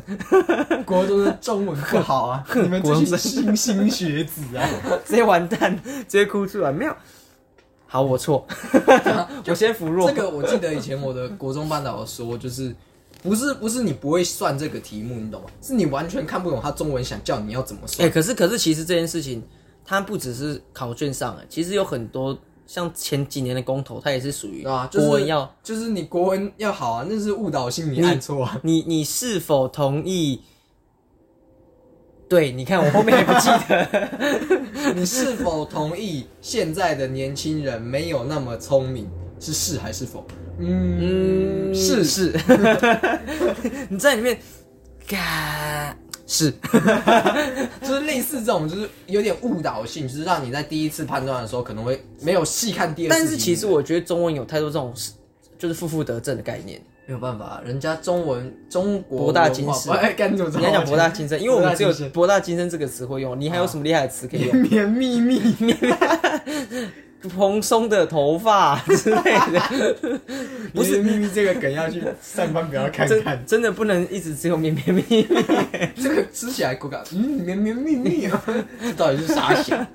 B: 国中的中文不好 啊，你们这些新兴学子啊，
A: 直接完蛋，直接哭出来。没有，好，我 错，我先服 弱。
B: 这个我记得以前我的国中班导有说，就是不是不是你不会算这个题目，你懂吗？是你完全看不懂他中文想叫你要怎么
A: 哎、
B: 算。
A: 可是可是，其实这件事情，它不只是考卷上、哎，其实有很多像前几年的公投，它也是属于
B: 对啊就是
A: 国文要、
B: 就是你国文要好啊，那是误导性，你按错啊。
A: 你你是否同意？对，你看我后面也不记得，
B: 你 是否同意现在的年轻人没有那么聪明？是是还是否？嗯， 是是。
A: 是， 你在里面，嘎是，
B: 就是类似这种，就是有点误导性，就是让你在第一次判断的时候可能会没有细看第二次。
A: 但是其实我觉得中文有太多这种就是负负得正的概念。
B: 没有办法，人家中文中国
A: 博大精深
B: 文化 哎，干你怎么知道
A: 你要讲博大精深，因为我们只有
B: 博大精深哦
A: 博大精深这个词汇用，你还有什么厉害的词可以用？
B: 绵绵密密，
A: 蓬松的头发之类的，
B: 不是秘密这个梗要去，
C: 上班不要看
A: 真
C: 看，
A: 真的不能一直只有绵绵密密。
B: 这个吃起来口感，嗯，绵绵密密啊， 这到底是啥想？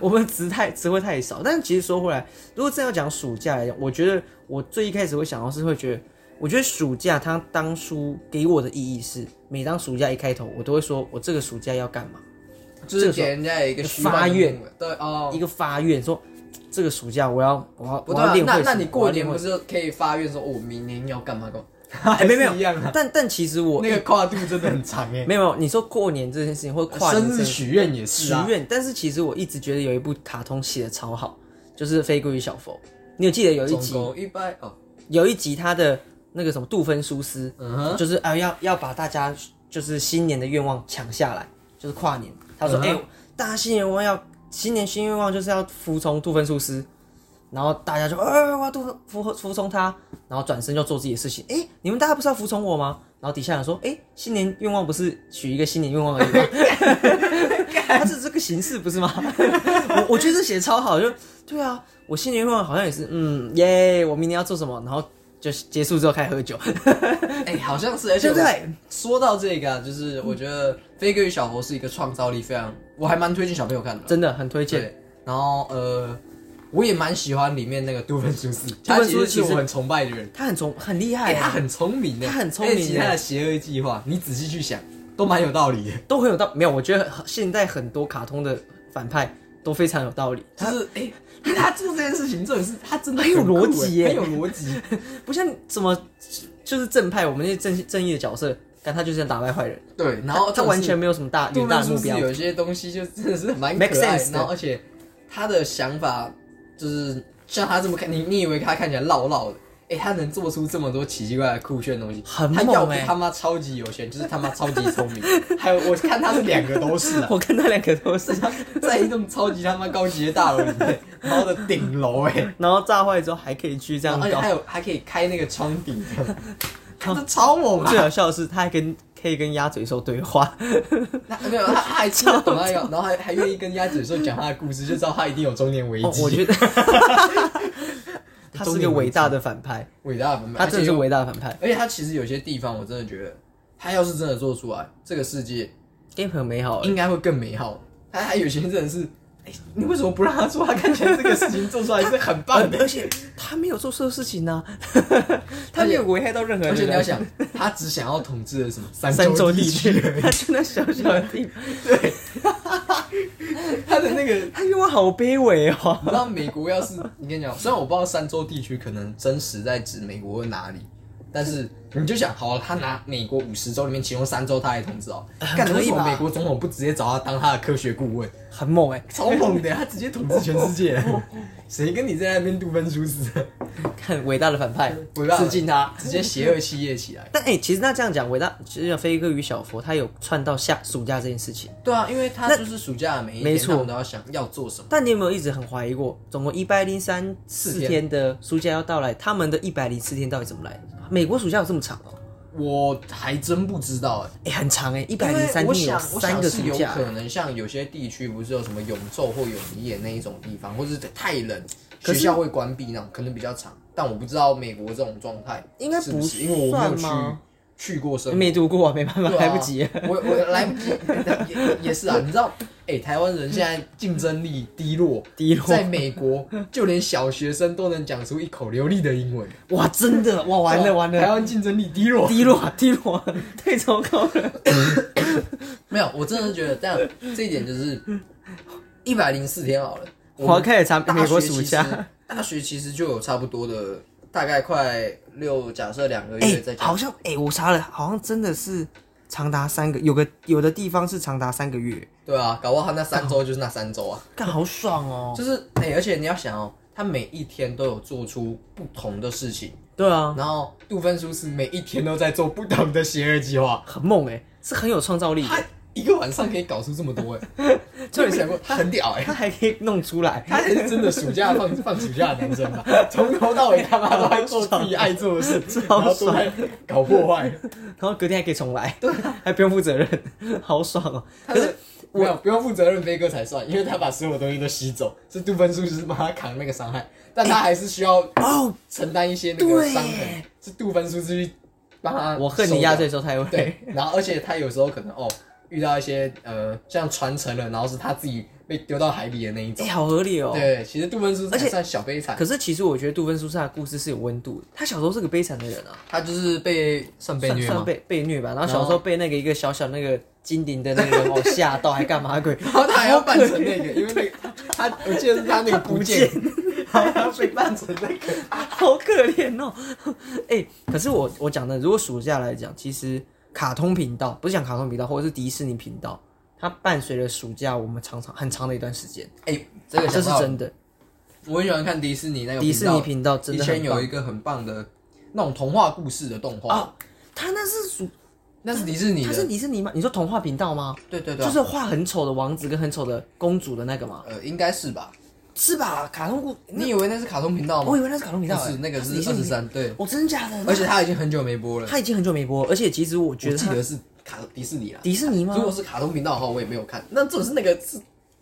A: 我们词太词汇太少，但其实说回来，如果真要讲暑假来讲，我觉得我最一开始会想到是会觉得，我觉得暑假它当初给我的意义是，每当暑假一开头，我都会说我这个暑假要干嘛，
B: 就是给人家一个虚幻的
A: 发愿
B: 梦嘛，对哦，
A: 一个发愿说这个暑假我要我要
B: 不
A: 我
B: 对
A: 要
B: 啊，
A: 练会
B: 那
A: 什么
B: 那你
A: 我
B: 过
A: 要练
B: 年
A: 会
B: 不
A: 什
B: 是可以发愿说，哦我明年要干嘛干嘛？
A: 么 哎没有没
B: 还
A: 有
B: 是一样啊，
A: 但但其实我
B: 那个跨度真的很长哎。
A: 没有没有，你说过年这件事情或 跨年
B: 生
A: 这
B: 日
A: 件事
B: 许愿也
A: 许
B: 是啊，
A: 愿，但是其实我一直觉得有一部卡通写的超好，就是《飞哥与小佛》，你有记得有一
B: 总
A: 集
B: 哎共一百 哦，
A: 有一集他的那个什么杜芬苏斯，
B: 嗯哼，
A: 就是啊要要把大家就是新年的愿望抢下来，就是跨年。他说：“
B: 嗯
A: 哎、大家新年愿望要新年新愿望就是要服从杜芬苏斯。”然后大家就呃，我要杜服服从他，然后转身就做自己的事情。哎，你们大家不是要服从我吗？然后底下人说：“哎，新年愿望不是许一个新年愿望而已吗？ 他是这个形式不是吗？” 我我觉得这写得超好，就对啊，我新年愿望好像也是，嗯耶，我明年要做什么，然后就结束之后开始喝酒，
B: 哎，好像是，而且
A: 对不嗯
B: 我
A: 对？
B: 说到这个啊，就是我觉得《飞哥与小佛》是一个创造力非常，我还蛮推荐小朋友看的。
A: 真的很推荐。
B: 对，然后呃，我也蛮喜欢里面那个杜芬苏斯，他
A: 芬
B: 其
A: 苏
B: 实
A: 斯
B: 是
A: 其实
B: 我很崇拜的人，
A: 他很聪，很厉害
B: 哎，
A: 啊，
B: 他很聪明的，
A: 他很聪明欸
B: 而且其实他的邪恶计划，你仔细去想，都蛮有道理的。
A: 都很有道。没有，我觉得很现在很多卡通的反派都非常有道理，
B: 他是哎， 他做这件事情，重点是他真的
A: 很有
B: 酷
A: 逻辑
B: 哎
A: 耶
B: 很有 逻辑。
A: 不像什么就是正派，我们那些正正义的角色，但他就是想打败坏人，
B: 对，然后
A: 他他
B: 重点是
A: 完全没有什么大
B: 杜
A: 远大
B: 曼
A: 的
B: 苏
A: 目
B: 斯
A: 标。
B: 有些东西就真的是蛮可
A: Make
B: 爱
A: sense 的
B: 然后而且他的想法就是像他这么看，你你以为他看起来老老的，哎、他能做出这么多奇奇怪怪酷炫的东西，
A: 很
B: 他
A: 猛
B: 要不
A: 欸
B: 他妈超级有钱，就是他妈超级聪明，还有我看他是两个都是啊，
A: 我看他两个都是，
B: 在一栋超级他妈高级的大楼里面，然后的顶楼哎、
A: 然后炸坏之后还可以去这
B: 然
A: 样搞
B: 后而哎且还。有还可以开那个窗顶， 看这超猛啊！
A: 最好笑的是，他还跟可以跟鸭嘴兽对话，
B: 那没有，他他还听得懂那个，然后还还愿意跟鸭嘴兽讲他的故事，就知道他一定有中年危机。
A: 哦我觉得他是个伟大的反 派，
B: 伟大的版本，
A: 他真的是
B: 而且
A: 伟大的反派，
B: 而且他其实有些地方，我真的觉得，他要是真的做出来，这个世界
A: game 很美好欸。
B: 应该会更美好。他还有些真的是，哎、你为什么不让他做？他看起来这个事情做出来是很棒 的
A: 啊而。且他没有做错事情啊呢、 他没有危害到任何人。啊
B: 而且你要想，他只想要统治的什么三
A: 三
B: 州
A: 州地区
B: 而，已
A: 他真的小小的地方，
B: 他的那个。
A: 他愿望好卑微 哦。
B: 你知道美国要是你跟你讲，虽然我不知道三州地区可能真实在指美国的哪里，但是你就想，好，他拿美国五十州里面其中三州他来统治哦，干
A: 可以
B: 为什么
A: 吧
B: 美国总统不直接找他当他的科学顾 问？
A: 很猛哎、
B: 超猛的，他直接统治全世界，谁跟你在那边杜芬殊 死？
A: 看伟大的反派，
B: 伟大的
A: 致敬他。
B: 直接邪恶系列起来。
A: 但哎、欸其实那这样讲，伟大其实飞哥与小佛他有串到下暑假这件事情。
B: 对啊，因为他就是暑假的每一
A: 没
B: 天，
A: 错
B: 他们都要想要做什么。
A: 但你有没有一直很怀疑过，总共一百零三
B: 四
A: 四
B: 天
A: 天的暑假要到来，他们的一百零四天到底怎么来的？美国暑假有这么长哦、
B: 我还真不知道哎、
A: 哎、很长哎、欸，一
B: 因
A: 百零
B: 为
A: 三
B: 我
A: 天有
B: 想，我
A: 三
B: 想
A: 个
B: 是
A: 暑
B: 有
A: 假欸、
B: 可能像有些地区不是有什么永昼或永夜那一种地方，或是太冷，学校会关闭那种，可能比较长。但我不知道美国这种状态
A: 应该
B: 是不
A: 不
B: 是，因为我没有去
A: 算吗
B: 去过生活，
A: 没读过啊，没办法，
B: 对啊
A: 来不及。
B: 我我来不及，也也是啊，你知道，哎、台湾人现在竞争力低落，
A: 低落
B: 在美国就连小学生都能讲出一口流利的英文，
A: 哇，真的哇，完了完
B: 台
A: 了，
B: 湾竞争力低落，
A: 低落低落， 太糟糕了。
B: 没有，我真的觉得这样，这一点就是一百零四天好了，
A: 我要开始查
B: 大
A: 美国
B: 学
A: 暑
B: 其实
A: 假，
B: 大学其实就有差不多的，大概快六，假设两个
A: 哎、
B: 月再加，
A: 好像哎、我查了，好像真的是长达三个，有个有的地方是长达三个月，
B: 对啊，搞不好他那三周就是那三周啊。
A: 干好爽哦。
B: 就是哎、而且你要想哦，他每一天都有做出不同的事情，
A: 对啊，
B: 然后杜芬叔是每一天都在做不同的邪恶计划，
A: 很猛哎、是很有创造力
B: 他
A: 的，
B: 一个晚上可以搞出这么多 哎、欸，就 想过他很屌哎、
A: 他还可以弄出来。
B: 他才是真的暑假放 放暑假的男生吧？从头到尾他妈都在做自己爱做的事，然后都在搞破坏。啊
A: 然后隔天还可以重来，对、还不用负责任，好爽哦！
B: 可是没有不用负责任，飞哥才算，因为他把所有东西都吸走，是杜芬叔就是帮他扛那个伤害，但他还是需要
A: 哦，
B: 承担一些那个
A: 对
B: 伤痕，是杜芬叔去帮他。
A: 我恨你压岁，收太晚。
B: 对，然后而且他有时候可能哦遇到一些呃像传承了，然后是他自己被丢到海里的那一
A: 哎、
B: 种。
A: 好合理哦。
B: 对，啊其实杜芬叔才
A: 而且
B: 算小悲惨，
A: 可是其实我觉得杜芬苏轼的故事是有温度的。他小时候是个悲惨的人啊，
B: 他就是被算被
A: 算
B: 虐
A: 算
B: 吗？哦
A: 被被虐吧。然后小
B: 然
A: 时
B: 后
A: 候被那个一个小小那个金顶的那个人 哦吓到，还干嘛鬼？
B: 然后他还要扮成那个，因为那个他我记得是他那个不见，然后他被扮成那个。
A: 好可怜 哦。哎、可是我我讲的，如果暑假来讲，其实卡通频道不是讲卡通频道，或者是迪士尼频道，它伴随了暑假我们常常很长的一段时间，
B: 哎、这个
A: 这
B: 想
A: 是
B: 到
A: 真的。
B: 我很喜欢看迪士尼那个
A: 迪士尼频道真
B: 以
A: 的
B: 前
A: 很
B: 有一
A: 棒。
B: 个很棒的那种童话故事的动画，
A: 啊它那是暑，
B: 那是迪士尼
A: 它是
B: 的，
A: 迪士尼吗？你说童话频道吗？
B: 对对对啊，
A: 就是画很丑的王子跟很丑的公主的那个吗？
B: 呃，应该是吧？
A: 是吧？卡通故，
B: 你以为那是卡通频道吗？
A: 我以为那是卡通频道、
B: 哦不是，
A: 哎
B: 那个是
A: 迪士
B: 二
A: 尼
B: 十三，对，
A: 哦，真的假的？
B: 而且它已经很久没播了，
A: 它已经很久没播，而且其实我觉
B: 我
A: 得
B: 记
A: 它
B: 得是卡迪士尼啦。
A: 迪士尼吗
B: 如？果是卡通频道的话，我也没有看。那这种是那个是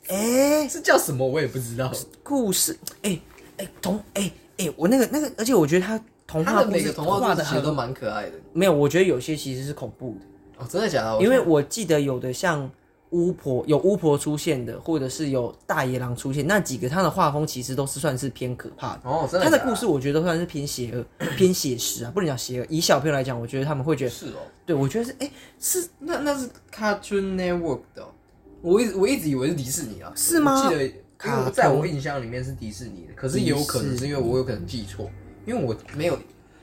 A: 哎、
B: 是叫什么，我也不知道。
A: 故事，哎、哎、童，哎、哎、我那个那个，而且我觉得他童
B: 它
A: 话
B: 的
A: 故
B: 每
A: 事
B: 个童话
A: 画
B: 故
A: 的
B: 事其实
A: 很
B: 都蛮可爱的。
A: 没有，我觉得有些其实是恐怖的，
B: 哦，真的假的？
A: 因为我记得有的像巫婆有巫婆出现的，或者是有大野狼出现，那几个他的画风其实都是算是偏可怕的。
B: 哦，真的
A: 他的
B: 假
A: 故事我觉得算是偏邪 恶、偏写实啊，不能讲邪恶。以小朋友来讲，我觉得他们会觉得，
B: 是哦，
A: 对我觉得是，哎、是
B: 那那是 Cartoon Network 的哦、我一直我一直以为是迪士尼啊，
A: 是吗
B: 我记得，因
A: 卡
B: 为我
A: 通
B: 在我印象里面是迪士尼的，可是也有可能是因为我有可能记错，因为我没有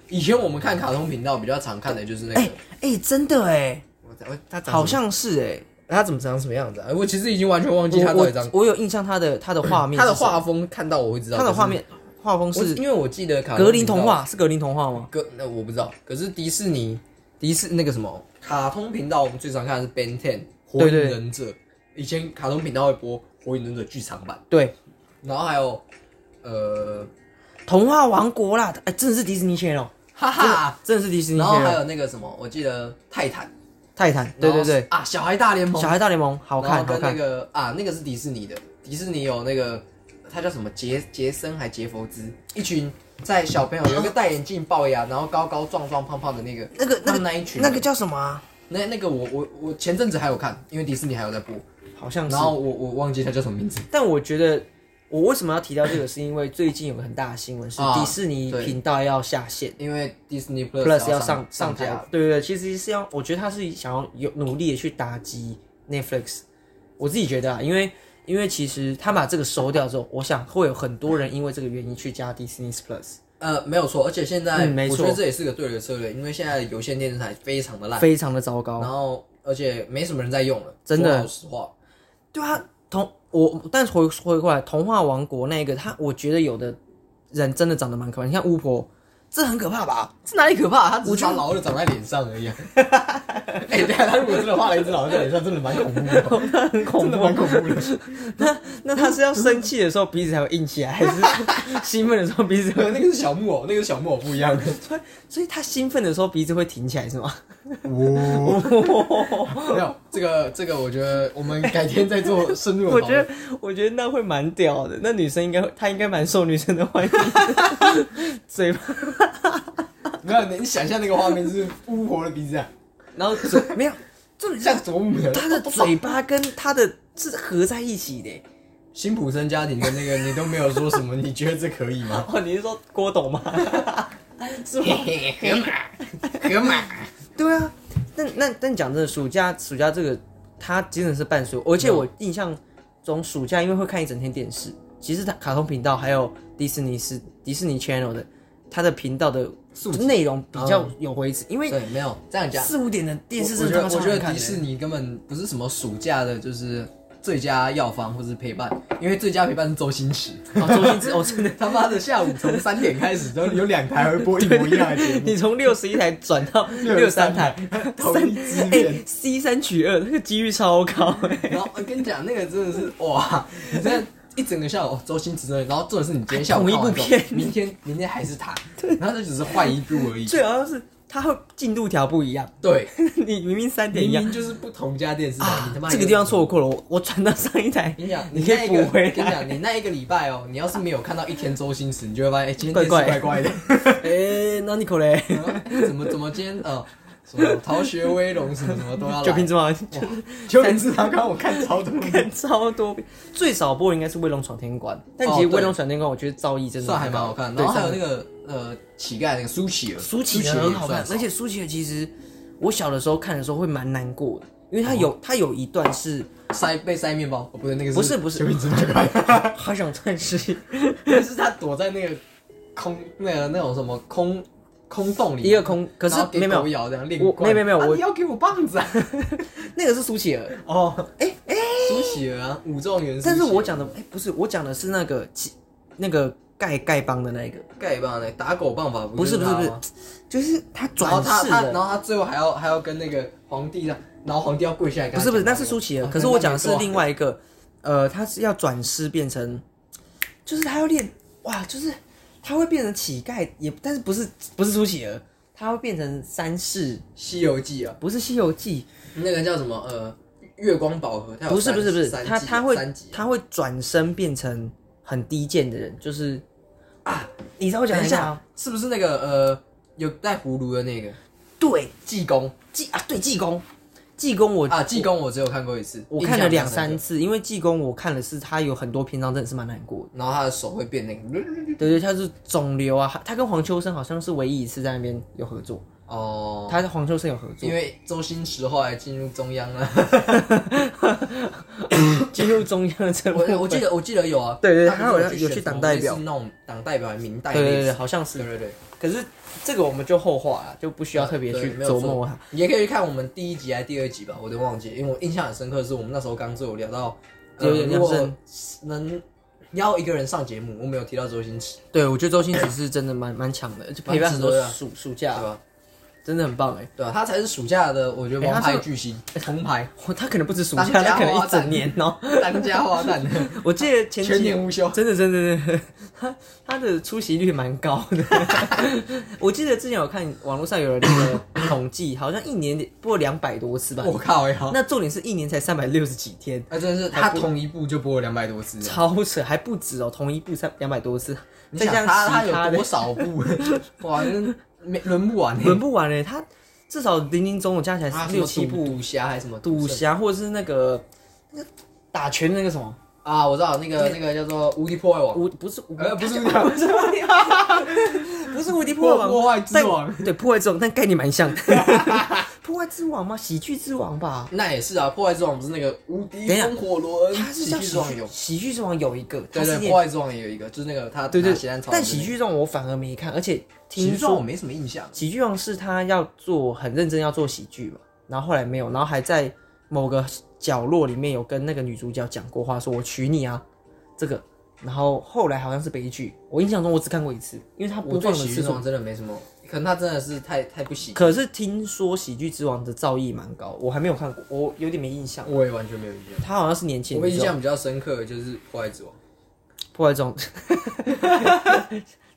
B: 以前我们看卡通频道比较常看的就是那个，
A: 哎哎、真的哎、
B: 我我他长
A: 好
B: 什么
A: 像是哎、
B: 他怎么长什么样子啊？我其实已经完全忘记
A: 我
B: 他到底
A: 我
B: 长
A: 我有印象他的他的画面
B: 他
A: 是
B: 的
A: 什么，
B: 画风，看到我会知道
A: 他的画
B: 可是
A: 面画风
B: 我
A: 是
B: 因为我记得卡通
A: 格林
B: 频道
A: 童话，是格林童话吗？
B: 格那我不知道，可是迪士尼迪士那个什么卡通频道，我们最常看的是 Ben Ten 火影
A: 对对
B: 忍者，以前卡通频道会播火影忍者剧场版，
A: 对，
B: 然后还有呃
A: 童话王国啦，哎、真的是迪士尼圈哦，
B: 哈哈，
A: 真的是迪士尼
B: 然后还
A: 圈。
B: 有那个什么，我记得泰坦，
A: 泰坦，对对
B: 然后
A: 对，
B: 啊小孩大联盟
A: 小，孩大联盟好
B: 然后
A: 看好
B: 跟那
A: 看，
B: 个啊那个是迪士尼的，迪士尼有那个他叫什么杰杰森还杰佛兹，一群在小朋友有一个戴眼镜龅牙，然后高高壮壮胖胖的那个
A: 那个那
B: 他
A: 个
B: 们那一群
A: 那个叫什么啊？
B: 那那个我我我前阵子还有看，因为迪士尼还有在播，
A: 好像是
B: 然。后我我忘记它叫什么名字。
A: 但我觉得我为什么要提到这个，是因为最近有个很大的新闻是
B: 啊
A: 迪士尼
B: 对
A: 频道要下线。
B: 因为 Disney
A: Plus
B: 要
A: 要上
B: 上
A: 上
B: 架
A: 台，对对对，其实是要，我觉得他是想要有努力的去打击 Netflix，我自己觉得啊，因为因为其实他把这个收掉之后，我想会有很多人因为这个原因去加 Disney Plus，
B: 呃，没有错，而且现在、
A: 嗯没
B: 我
A: 错
B: 觉得这也是个对的策略，因为现在有线电视台非常的烂，
A: 非常的糟
B: 然
A: 糕。
B: 后而且没什么人在用了，
A: 真的
B: 说老实话，
A: 对啊，童我但是回回过来，童话王国那个他，我觉得有的人真的长得蛮可怕，你看巫婆，这很可怕吧？
B: 这哪里可怕？啊他只
A: 我
B: 是
A: 觉
B: 把
A: 得
B: 老二长在脸上而已、啊。 哎、对啊，他如果真的画了一只老二在脸上，真的蛮恐怖的，
A: 很恐
B: 真的
A: 怖
B: 蛮。恐怖的。
A: 那他是要生气的时候鼻子才会硬起来，还 是兴奋的时候鼻子
B: 可
A: 会？
B: 能那个是小木偶，那个是小木偶不一样的。
A: 所以他兴奋的时候鼻子会挺起来是吗？
B: 没有这个这个，我觉得我们改天再做深入
A: 我
B: 的讨
A: 觉
B: 论
A: 得。，我觉得那会蛮屌的。那女生应该，她应该蛮受女生的欢迎。 嘴巴，
B: 没有，你想象那个画面就是巫婆的鼻子、啊，
A: 然后嘴没有，
B: 这像啄木人。
A: 她的嘴巴跟她的是合在一起的。
B: 辛普森家庭的那个，你都没有说什么，你觉得这可以吗？
A: 哦，你是说郭董吗？是吗？
B: 河马，河马，
A: 对啊，那那但讲真的，暑假暑假这个，它真的是伴随我，而且我印象中暑假因为会看一整天电视，其实它卡通频道还有迪士尼是迪士尼 channel 的，它的频道的
B: 素
A: 内容比较有回值，因为
B: 对，没有这样讲。
A: 嗯四五点的电视
B: 我
A: 真的
B: 觉
A: 他妈
B: 得，我
A: 超
B: 觉
A: 难
B: 得
A: 看
B: 迪士
A: 的。
B: 尼根本不是什么暑假的，就是最佳药方或是陪伴，因为最佳陪伴是周 星驰。
A: 哦，周星驰，哦，真 的，
B: 他妈的，下午从三点开始，都有两台会播一模一样的节目，
A: 你从六十一台转到 六十三台，
B: 同一支
A: 哎、
B: 片。
A: c 三取二，那个几率超高、哎
B: 然后我跟你讲，那个真的是哇，你这样一整个下午，哦周星驰真的，然后重点是你今天下午
A: 同一部
B: 看完之后
A: 片
B: 明天明天还是他，然后这只是换一部而已。
A: 最好像是它会进度条不一样，
B: 对，
A: 你明明三点
B: 明
A: 一样
B: 明就是不同家电视台，
A: 啊
B: 你他妈，
A: 这个
B: 有
A: 地方错过了，我我转到上一台
B: 我，跟你讲，
A: 你可
B: 那
A: 以
B: 一个
A: 补回来
B: 我跟你讲，你那一个礼拜哦，你要是没有看到一天周星驰，你就会发现，哎、今天
A: 怪
B: 电视
A: 怪
B: 怪怪的。
A: 哎，那你可 嘞，
B: 啊怎么怎么今天呃，什么逃学威龙什么什么都要来。
A: 九品芝麻官
B: 九品芝麻官，我看超多遍，
A: 看 超多遍，最少播的应该是《卫龙闯天关》，但其实
B: 哦
A: 《
B: 对
A: 卫龙闯天关》我觉得造诣真的
B: 算还蛮好看。
A: 对
B: 然后还有
A: 算
B: 那个呃乞丐那个苏乞儿，
A: 舒淇
B: 也
A: 的很好看
B: 算，
A: 而且舒淇的其实我小的时候看的时候会蛮难过的，因为它有
B: 哦
A: 它有一段是
B: 塞被塞面包，哦不对，那个
A: 不是不是
B: 九品芝麻官，
A: 好想钻 石，
B: 但是他躲 在那个空那个那种什么空空洞里面，
A: 一个空，可是
B: 然后给
A: 没有没
B: 狗
A: 有，
B: 咬这样练
A: 我
B: 惯
A: 没有没有
B: 啊
A: 我
B: 你要给我棒子啊！
A: 那个是舒淇儿，
B: 哦，哎哎，苏乞儿啊，武状元苏乞儿，
A: 但是我讲的哎不是我讲的是那个其那个丐丐帮的那一个，
B: 丐帮的打狗棒法
A: 不是
B: 就
A: 不
B: 他
A: 是
B: 吗
A: 不是，就是他
B: 然后
A: 转
B: 他
A: 世
B: 他然
A: 的。
B: 后他最后还要还要跟那个皇帝这样，然后皇帝要跪下来跟
A: 不
B: 他
A: 是
B: 讲
A: 不
B: 话。
A: 是，那是舒淇儿。
B: 哦
A: 可是我讲的是另外一个，呃，他是要转世变成，就是他要练哇，就是他会变成乞丐，也但是不是不是舒淇儿，他会变成三世，
B: 西游记》啊，
A: 不是《西游记
B: 那个叫什么呃月光宝盒，它》，有
A: 不是
B: 三
A: 不是不是，
B: 三
A: 他
B: 季
A: 他会
B: 三集。啊
A: 他会转身变成很低贱的人，就是啊，你知道我讲
B: 等
A: 哪
B: 一
A: 一个吗
B: 下？，是不是那个呃有带葫芦的那个
A: 对，
B: 济公
A: 济啊对济公，济公我
B: 啊？济公我只有看过一次，
A: 我
B: 印
A: 看了
B: 象比较
A: 两
B: 深
A: 三
B: 刻，
A: 次，因为济公我看的是他有很多篇章真的是蛮难过的。
B: 然后他的手会变那个
A: 对对，他是肿瘤啊，他跟黄秋生好像是唯一一次在那边有合作，
B: 哦，
A: 他跟黄秋生有合作
B: 因，为周星驰后来进入中央 了。
A: 进入中央的政府。
B: 我我记得我记得有啊，
A: 对对
B: 不是
A: 他好像
B: 去
A: 有
B: 选
A: 去党
B: 什么
A: 代
B: 类似
A: 表
B: 那种党代表还是民代
A: 对
B: 类
A: 对对，
B: 似，
A: 好像是
B: 对。对对，
A: 可是这个我们就后话了，就不需要特别
B: 对
A: 去啊
B: 没有
A: 琢
B: 错
A: 磨它。
B: 你也可以去看我们第一集还是第二集吧，我都忘记，因为我印象很深刻，是我们那时候刚就有聊到，呃
A: 有点
B: 如
A: 像是
B: 果能邀一个人上节目，我们有提到周星驰，
A: 对，我觉得周星驰是真的蛮蛮强的，就陪伴很多
B: 啊
A: 暑暑
B: 对
A: 假，啊
B: 吧？
A: 真的很棒哎。
B: 对吧？啊他才是暑假的，我觉得
A: 哎
B: 王
A: 他是
B: 牌巨星，铜牌
A: 哇 他可能不止暑
B: 当
A: 假，
B: 家
A: 他可能
B: 花
A: 一整
B: 旦
A: 年哦。
B: 当家 花旦，
A: 我记得前
B: 全
A: 几
B: 年无休。
A: 真的真的真的， 他他的出席率蛮高的。 我记得之前有看网络上有人那个统计，好像一年播两百多次吧。
B: 我靠呀！
A: 那重点是一年才三百六十几天，
B: 那真的是他同一部就播了两百多次，啊
A: 超扯，还不止哦，同一部三两百多次，
B: 你
A: 再加
B: 想他他
A: 上其
B: 有
A: 的
B: 多少部？哇，那没轮不完欸。
A: 轮不完嘞，他至少零零总总加起
B: 啊
A: 来
B: 什
A: 是
B: 么
A: 六七部
B: 赌赌侠还是什么
A: 赌侠，或者是那个那个打拳的那个什么
B: 啊？我知道那个那个叫做无敌破坏王，
A: 无不是无
B: 呃，不 是无
A: 不
B: 敌破坏
A: 是无敌不是无敌破
B: 破
A: 网
B: 坏之王，
A: 但对破坏之王，但概念蛮像的，破坏之王吗？喜剧之王吧。
B: 那也是啊，破坏之王不是那个无敌
A: 等一下
B: 风火轮，
A: 他是
B: 呃喜
A: 叫
B: 剧之王有，
A: 喜剧之王有一个，
B: 对
A: 他是
B: 对，
A: 演
B: 破坏之王也有一个，就是那个他
A: 对
B: 拿
A: 对
B: 血汗，草的
A: 但
B: 那个，
A: 喜剧之王我反而没看，而且
B: 喜剧
A: 听
B: 之王我
A: 说
B: 没什么印象，
A: 喜剧王是他要做很认真要做喜剧嘛，然后后来没有，然后还在某个角落里面有跟那个女主角讲过话，说我娶你啊，这个，然后后来好像是悲剧，我印象中我只看过一次，因为他
B: 我
A: 播
B: 对
A: 放的
B: 喜剧
A: 次
B: 之
A: 数
B: 王。真的没什么，可能他真的是太太不喜，
A: 可是听说喜剧之王的造诣蛮高，我还没有看过，我有点没印象。
B: 我也完全没有印象。
A: 他好像是年轻
B: 我
A: 人
B: 印
A: 之后，
B: 象比较深刻的就是破坏之王，
A: 破坏 中。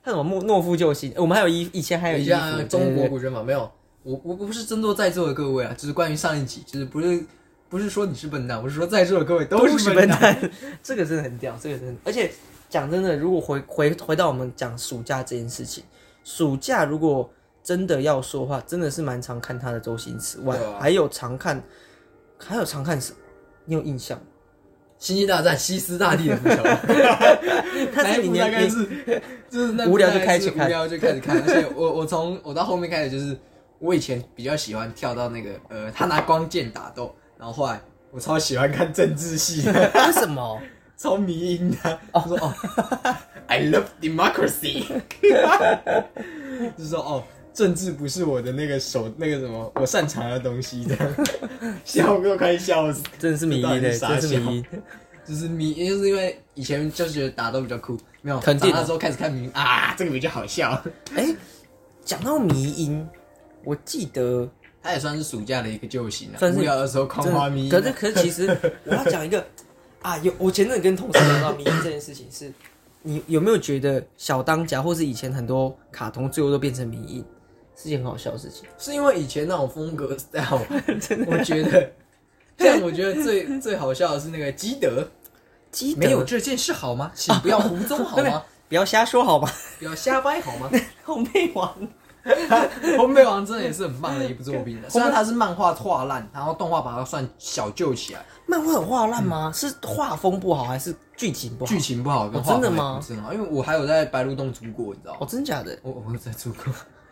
A: 他怎么懦懦夫救星？我们还有衣，以前还有
B: 你
A: 衣
B: 像
A: 服，
B: 中国
A: 对对对
B: 古卷法没有，我我不是针对在座的各位啊，就是关于上一集，就是不是不是说你是笨蛋，我是说在座的各位
A: 都
B: 是
A: 是
B: 笨
A: 笨。蛋。 这个真的很屌，这个真的。而且讲真的，如果回回回到我们讲暑假这件事情，暑假如果真的要说的话，真的是蛮常看他的周星驰，外、
B: 对啊
A: 还有常看，还有常看什么？你有印象 吗？
B: 星际大战西斯大帝的 不晓得。
A: 但
B: 那
A: 是你
B: 一部大
A: 年
B: 概
A: 你
B: 是就是那
A: 无聊
B: 大
A: 就
B: 概
A: 开
B: 是
A: 始看
B: 无聊就开 始看，而且我我从我到后面开始就是我以前比较喜欢跳到那个呃他拿光剑打斗，然后后来我超喜欢看政治戏的，
A: 为什么？
B: 超迷因的，我说哦，I love democracy，就是说哦。政治不是我的那个手那个什么我擅长的东西的， 笑我都快笑死。
A: 真的是迷
B: 到底
A: 因的、欸
B: 是
A: 真
B: 啥
A: 的是迷因。
B: 就是迷，就是因为以前就觉得打斗比较酷，没有
A: 肯定的
B: 长大之后开始看迷啊，这个比较好笑。
A: 哎，讲到迷因，我记得
B: 他也算是暑假的一个救星啊，
A: 算是
B: 无聊的时候狂
A: 真
B: 花
A: 的，
B: 迷。啊
A: 可是可是，其实我要讲一 个啊，有我前阵子跟同事聊到迷因这件事情是，你有没有觉得小当家或是以前很多卡通最后都变成迷因？是件很好笑的事情。
B: 是因为以前那种风格 style，我觉得，像我觉得最最好笑的是那个基德，
A: 基
B: 没有这件事好 吗？请不要胡诌好吗？
A: 不要瞎说好吗？
B: 不要瞎掰好吗？
A: 烘焙王，
B: 烘焙王真的也是很棒的一部作品 的，虽然它是漫画画烂，然后动画把它算小救起来，
A: 漫画有画烂吗？是画风不好还是剧情不好？
B: 剧情不好跟
A: 哦
B: 画
A: 真的
B: 风也
A: 吗
B: 不是很好，因为我还有在白鹿洞租过，你知道
A: 哦，
B: 吗？
A: 真假的？
B: 我我有在租过，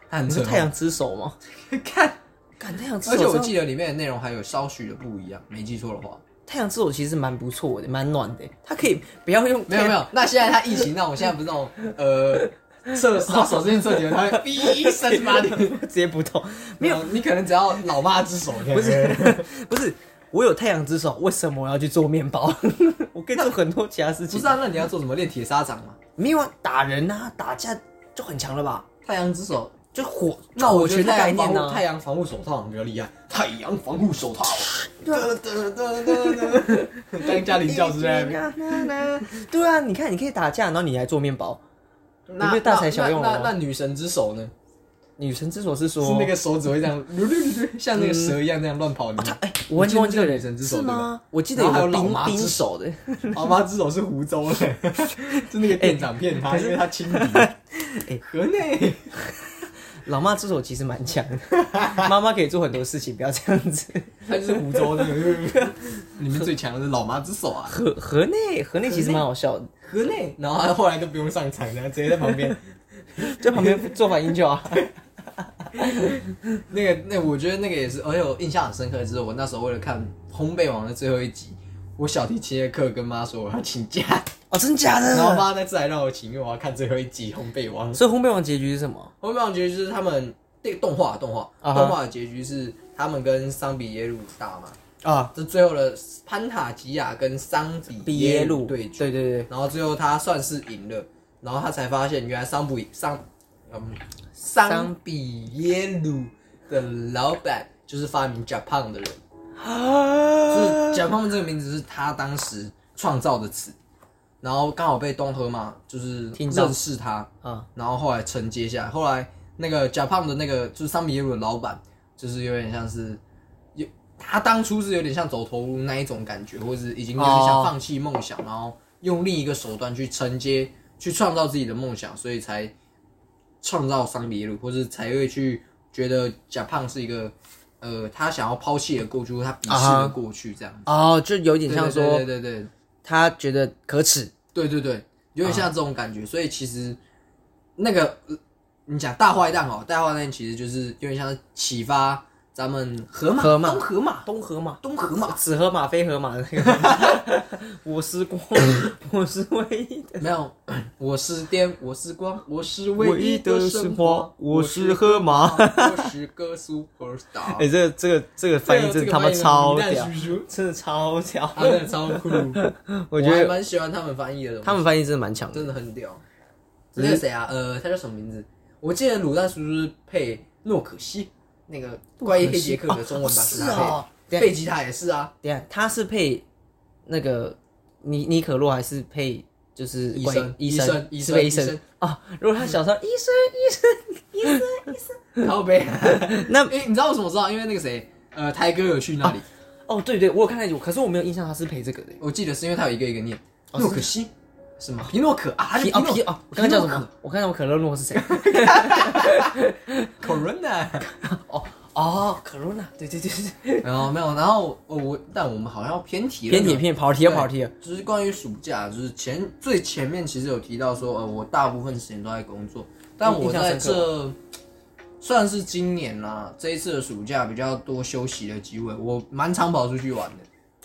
B: 很
A: 你
B: 扯
A: 是。太阳之手吗？
B: 看，
A: 看太阳之手
B: 而
A: 真
B: 且
A: 的，
B: 我记得里面的内容还有稍许的不一样，没记错的话。
A: 太阳之手其实蛮不错的，蛮暖的。它可以不要用
B: 没有没有，那现在他疫情那种，现在不是那种呃射 杀手这件射击，他会哔一声把你，
A: 有 直接不动，
B: 没有，你可能只要老妈之手，不是？
A: 不是。我有太阳之手，为什么我要去做面包？ 我可以做很多其他事
B: 不
A: 情
B: 是。啊，那你要做什么？练铁砂掌吗？
A: 没有啊，打人啊，打架就很强了吧？
B: 太阳之手。
A: 就火，
B: 那我觉得
A: 的
B: 太
A: 概
B: 阳
A: 念
B: 防
A: 呢、
B: 护太阳防护手套比较厉害，太阳防护手套，
A: 对啊
B: 噔噔噔噔噔，当家庭教师在那
A: 啊
B: 边，
A: 对啊，你看，你可以打架，然后你还做面包。你不是大材小用了
B: 那
A: 吗
B: 那那女神之手呢？
A: 女神之手是说，
B: 是那个手指会这样，像那个蛇一样这样乱跑。
A: 啊，他哎、我完全忘记了
B: 你记得女神之手
A: 是
B: 对
A: 吗？我记得
B: 然后还
A: 有
B: 有老
A: 冰
B: 妈
A: 冰
B: 之
A: 手的，
B: 好妈之手是湖州的， 是那个店长骗他，因为他轻敌。河内，
A: 老妈之手其实蛮强的， 妈妈可以做很多事情，不要这样子。
B: 他就是湖州 那个里面最强的是老妈之手啊。
A: 河河内河内其实蛮好笑的，
B: 河内，然后他后来都不用上场，然后直接在旁边。
A: 在旁边做反应就好。
B: 那个，那我觉得那个也是，而且我印象很深刻的是，我那时候为了看《烘焙王》的最后一集，我小提琴的课跟妈说我要请假，
A: 哦，真假的？
B: 然后妈那次还让我请，因为我要看最后一集《烘焙王》。
A: 所以烘焙王结局是什么？
B: 我们结局就是他们那个动画动画、
A: 啊哈
B: 动画的结局是他们跟桑比耶路打嘛，
A: 啊，
B: 这最后的潘塔吉亚跟桑比
A: 毕
B: 耶
A: 耶
B: 路
A: 路
B: 对决，
A: 对对对，
B: 然后最后他算是赢了，然后他才发现原来桑比桑嗯桑比耶鲁的老板就是发明 Japan 的人，
A: 啊
B: 就是 Japan 这个名字是他当时创造的词，然后刚好被东河嘛就是
A: 听到
B: 认识他，
A: 啊，
B: 然后后来承接下来，后来那个 Japan 的那个就是桑比耶鲁的老板，就是有点像是有他当初是有点像走投无路那一种感觉，或者是已经有点想
A: 哦
B: 放弃梦想，然后用另一个手段去承接、去创造自己的梦想，所以才创造桑比耶鲁，或是才会去觉得 Japan 是一个呃他想要抛弃的过去，或他鄙视
A: 啊哈
B: 的过去这样。
A: 哦，就有点像
B: 对
A: 说
B: 对对对对
A: 他觉得可耻，
B: 对对对，有点像这种
A: 啊
B: 感觉。所以其实那个呃你讲大坏蛋哦，大坏蛋其实就是有点像是启发咱们河马、
A: 河马
B: 东河马、
A: 东河马。
B: 东河马。
A: 此河马非河马的那个， 我是 光，我是唯一的，
B: 没有， 我是电，我是光，我是
A: 唯
B: 唯
A: 一
B: 一
A: 的
B: 神
A: 神
B: 话
A: 话，我是河马。
B: 我是个 super
A: 哎、
B: star。
A: 这个这个这个翻译真的他妈
B: 这个
A: 超
B: 翻译
A: 屌
B: 很，淡叔叔
A: 真的超屌。
B: 他真的超酷，
A: 我
B: 我
A: 觉
B: 还
A: 得
B: 蛮喜欢他们翻译的东西，
A: 他们翻译真的蛮强的。
B: 真的很屌。那个谁啊？呃，他叫什么名字？我记得卤蛋叔叔是配诺可西，那个怪异黑杰克的中文版他配的
A: 哦是哦
B: 贝吉塔也是啊，
A: 等一下他是配那个尼尼可洛还是配就是
B: 医
A: 关
B: 生
A: 医
B: 医生医
A: 是配医
B: 生医嗯
A: 生
B: 生
A: 啊？如果他小时候医
B: 靠背。
A: 生，那
B: 哎，你知道我怎么知道？ 因为那个谁，呃，台哥有去那里，
A: 哦对对，我有看那集，可是我没有印象他是配这个的。
B: 我记得是因为他有一个一个念
A: 哦
B: 诺可西，什么皮诺可啊？他是
A: 皮哦皮
B: 皮诺
A: 哦，我刚刚叫什
B: 皮
A: 么？我刚才我可乐诺是谁？
B: ？Corona。
A: 哦，可乐娜，对对对对，
B: 然哦后没有，然后我我但我们好像要偏题了，
A: 偏题偏跑题了
B: 对
A: 跑题啊了。
B: 就是关于暑假，就是前最前面其实有提到说，呃，我大部分时间都在工作，但我在
A: 印象深
B: 这算是今年啦、这一次的暑假比较多休息的机会，我蛮常跑出去玩的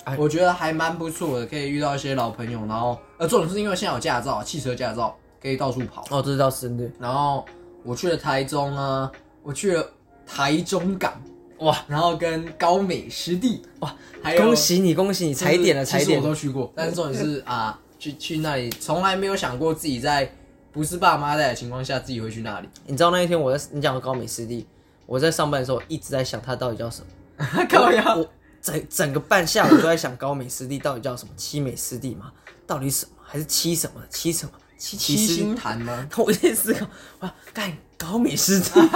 A: 哎，
B: 我觉得还蛮不错的，可以遇到一些老朋友，然后呃，重点是因为现在有驾照，汽车驾照可以到处跑，
A: 哦，这是倒是真的。
B: 然后我去了台中啊，我去了台中港，
A: 哇，
B: 然后跟高美师弟哇，还有
A: 恭喜你，恭喜你，踩点了，
B: 其实
A: 踩点
B: 我
A: 了。
B: 都去过，但是重点是啊，去去那里从来没有想过自己在不是爸妈带的情况下自己会去 那里。
A: 你知道那一天我在你讲的高美湿地，我在上班的时候一直在想它到底叫什么。
B: 靠呀！
A: 我整整个半下午都在想高美湿地到底叫什么，七美湿地吗？到底什么还是七什么七什么七
B: 七
A: 七
B: 星
A: 星，
B: 坛吗？
A: 我在思考，哇，干搞美食 展，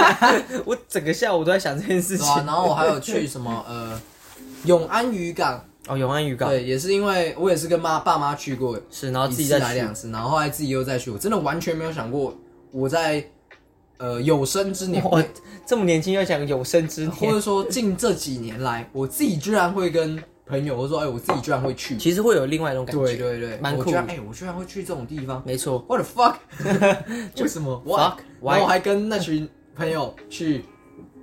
A: 我整个下午都在想这件事
B: 对
A: 情。
B: 啊，然后我还有去什么呃永安渔港，
A: 哦，永安渔港
B: 对，也是因为我也是跟妈爸妈去过，
A: 是，然后
B: 一
A: 自
B: 次
A: 己再
B: 来
A: 去
B: 两，次，然后后来自己又再去，我真的完全没有想过我在呃有生之年，
A: 我这么年轻要想有生之
B: 或
A: 年，
B: 者说近这几年来，我自己居然会跟朋友，我说哎，我自己居然会去，
A: 其实会有另外一种感
B: 对
A: 觉。
B: 对对，
A: 蛮
B: 我
A: 酷
B: 居然哎，我居然会去这种地方
A: 没错，
B: ，What the fuck？为 什么
A: Fuck，
B: 然后我
A: why？
B: 还跟那群朋友去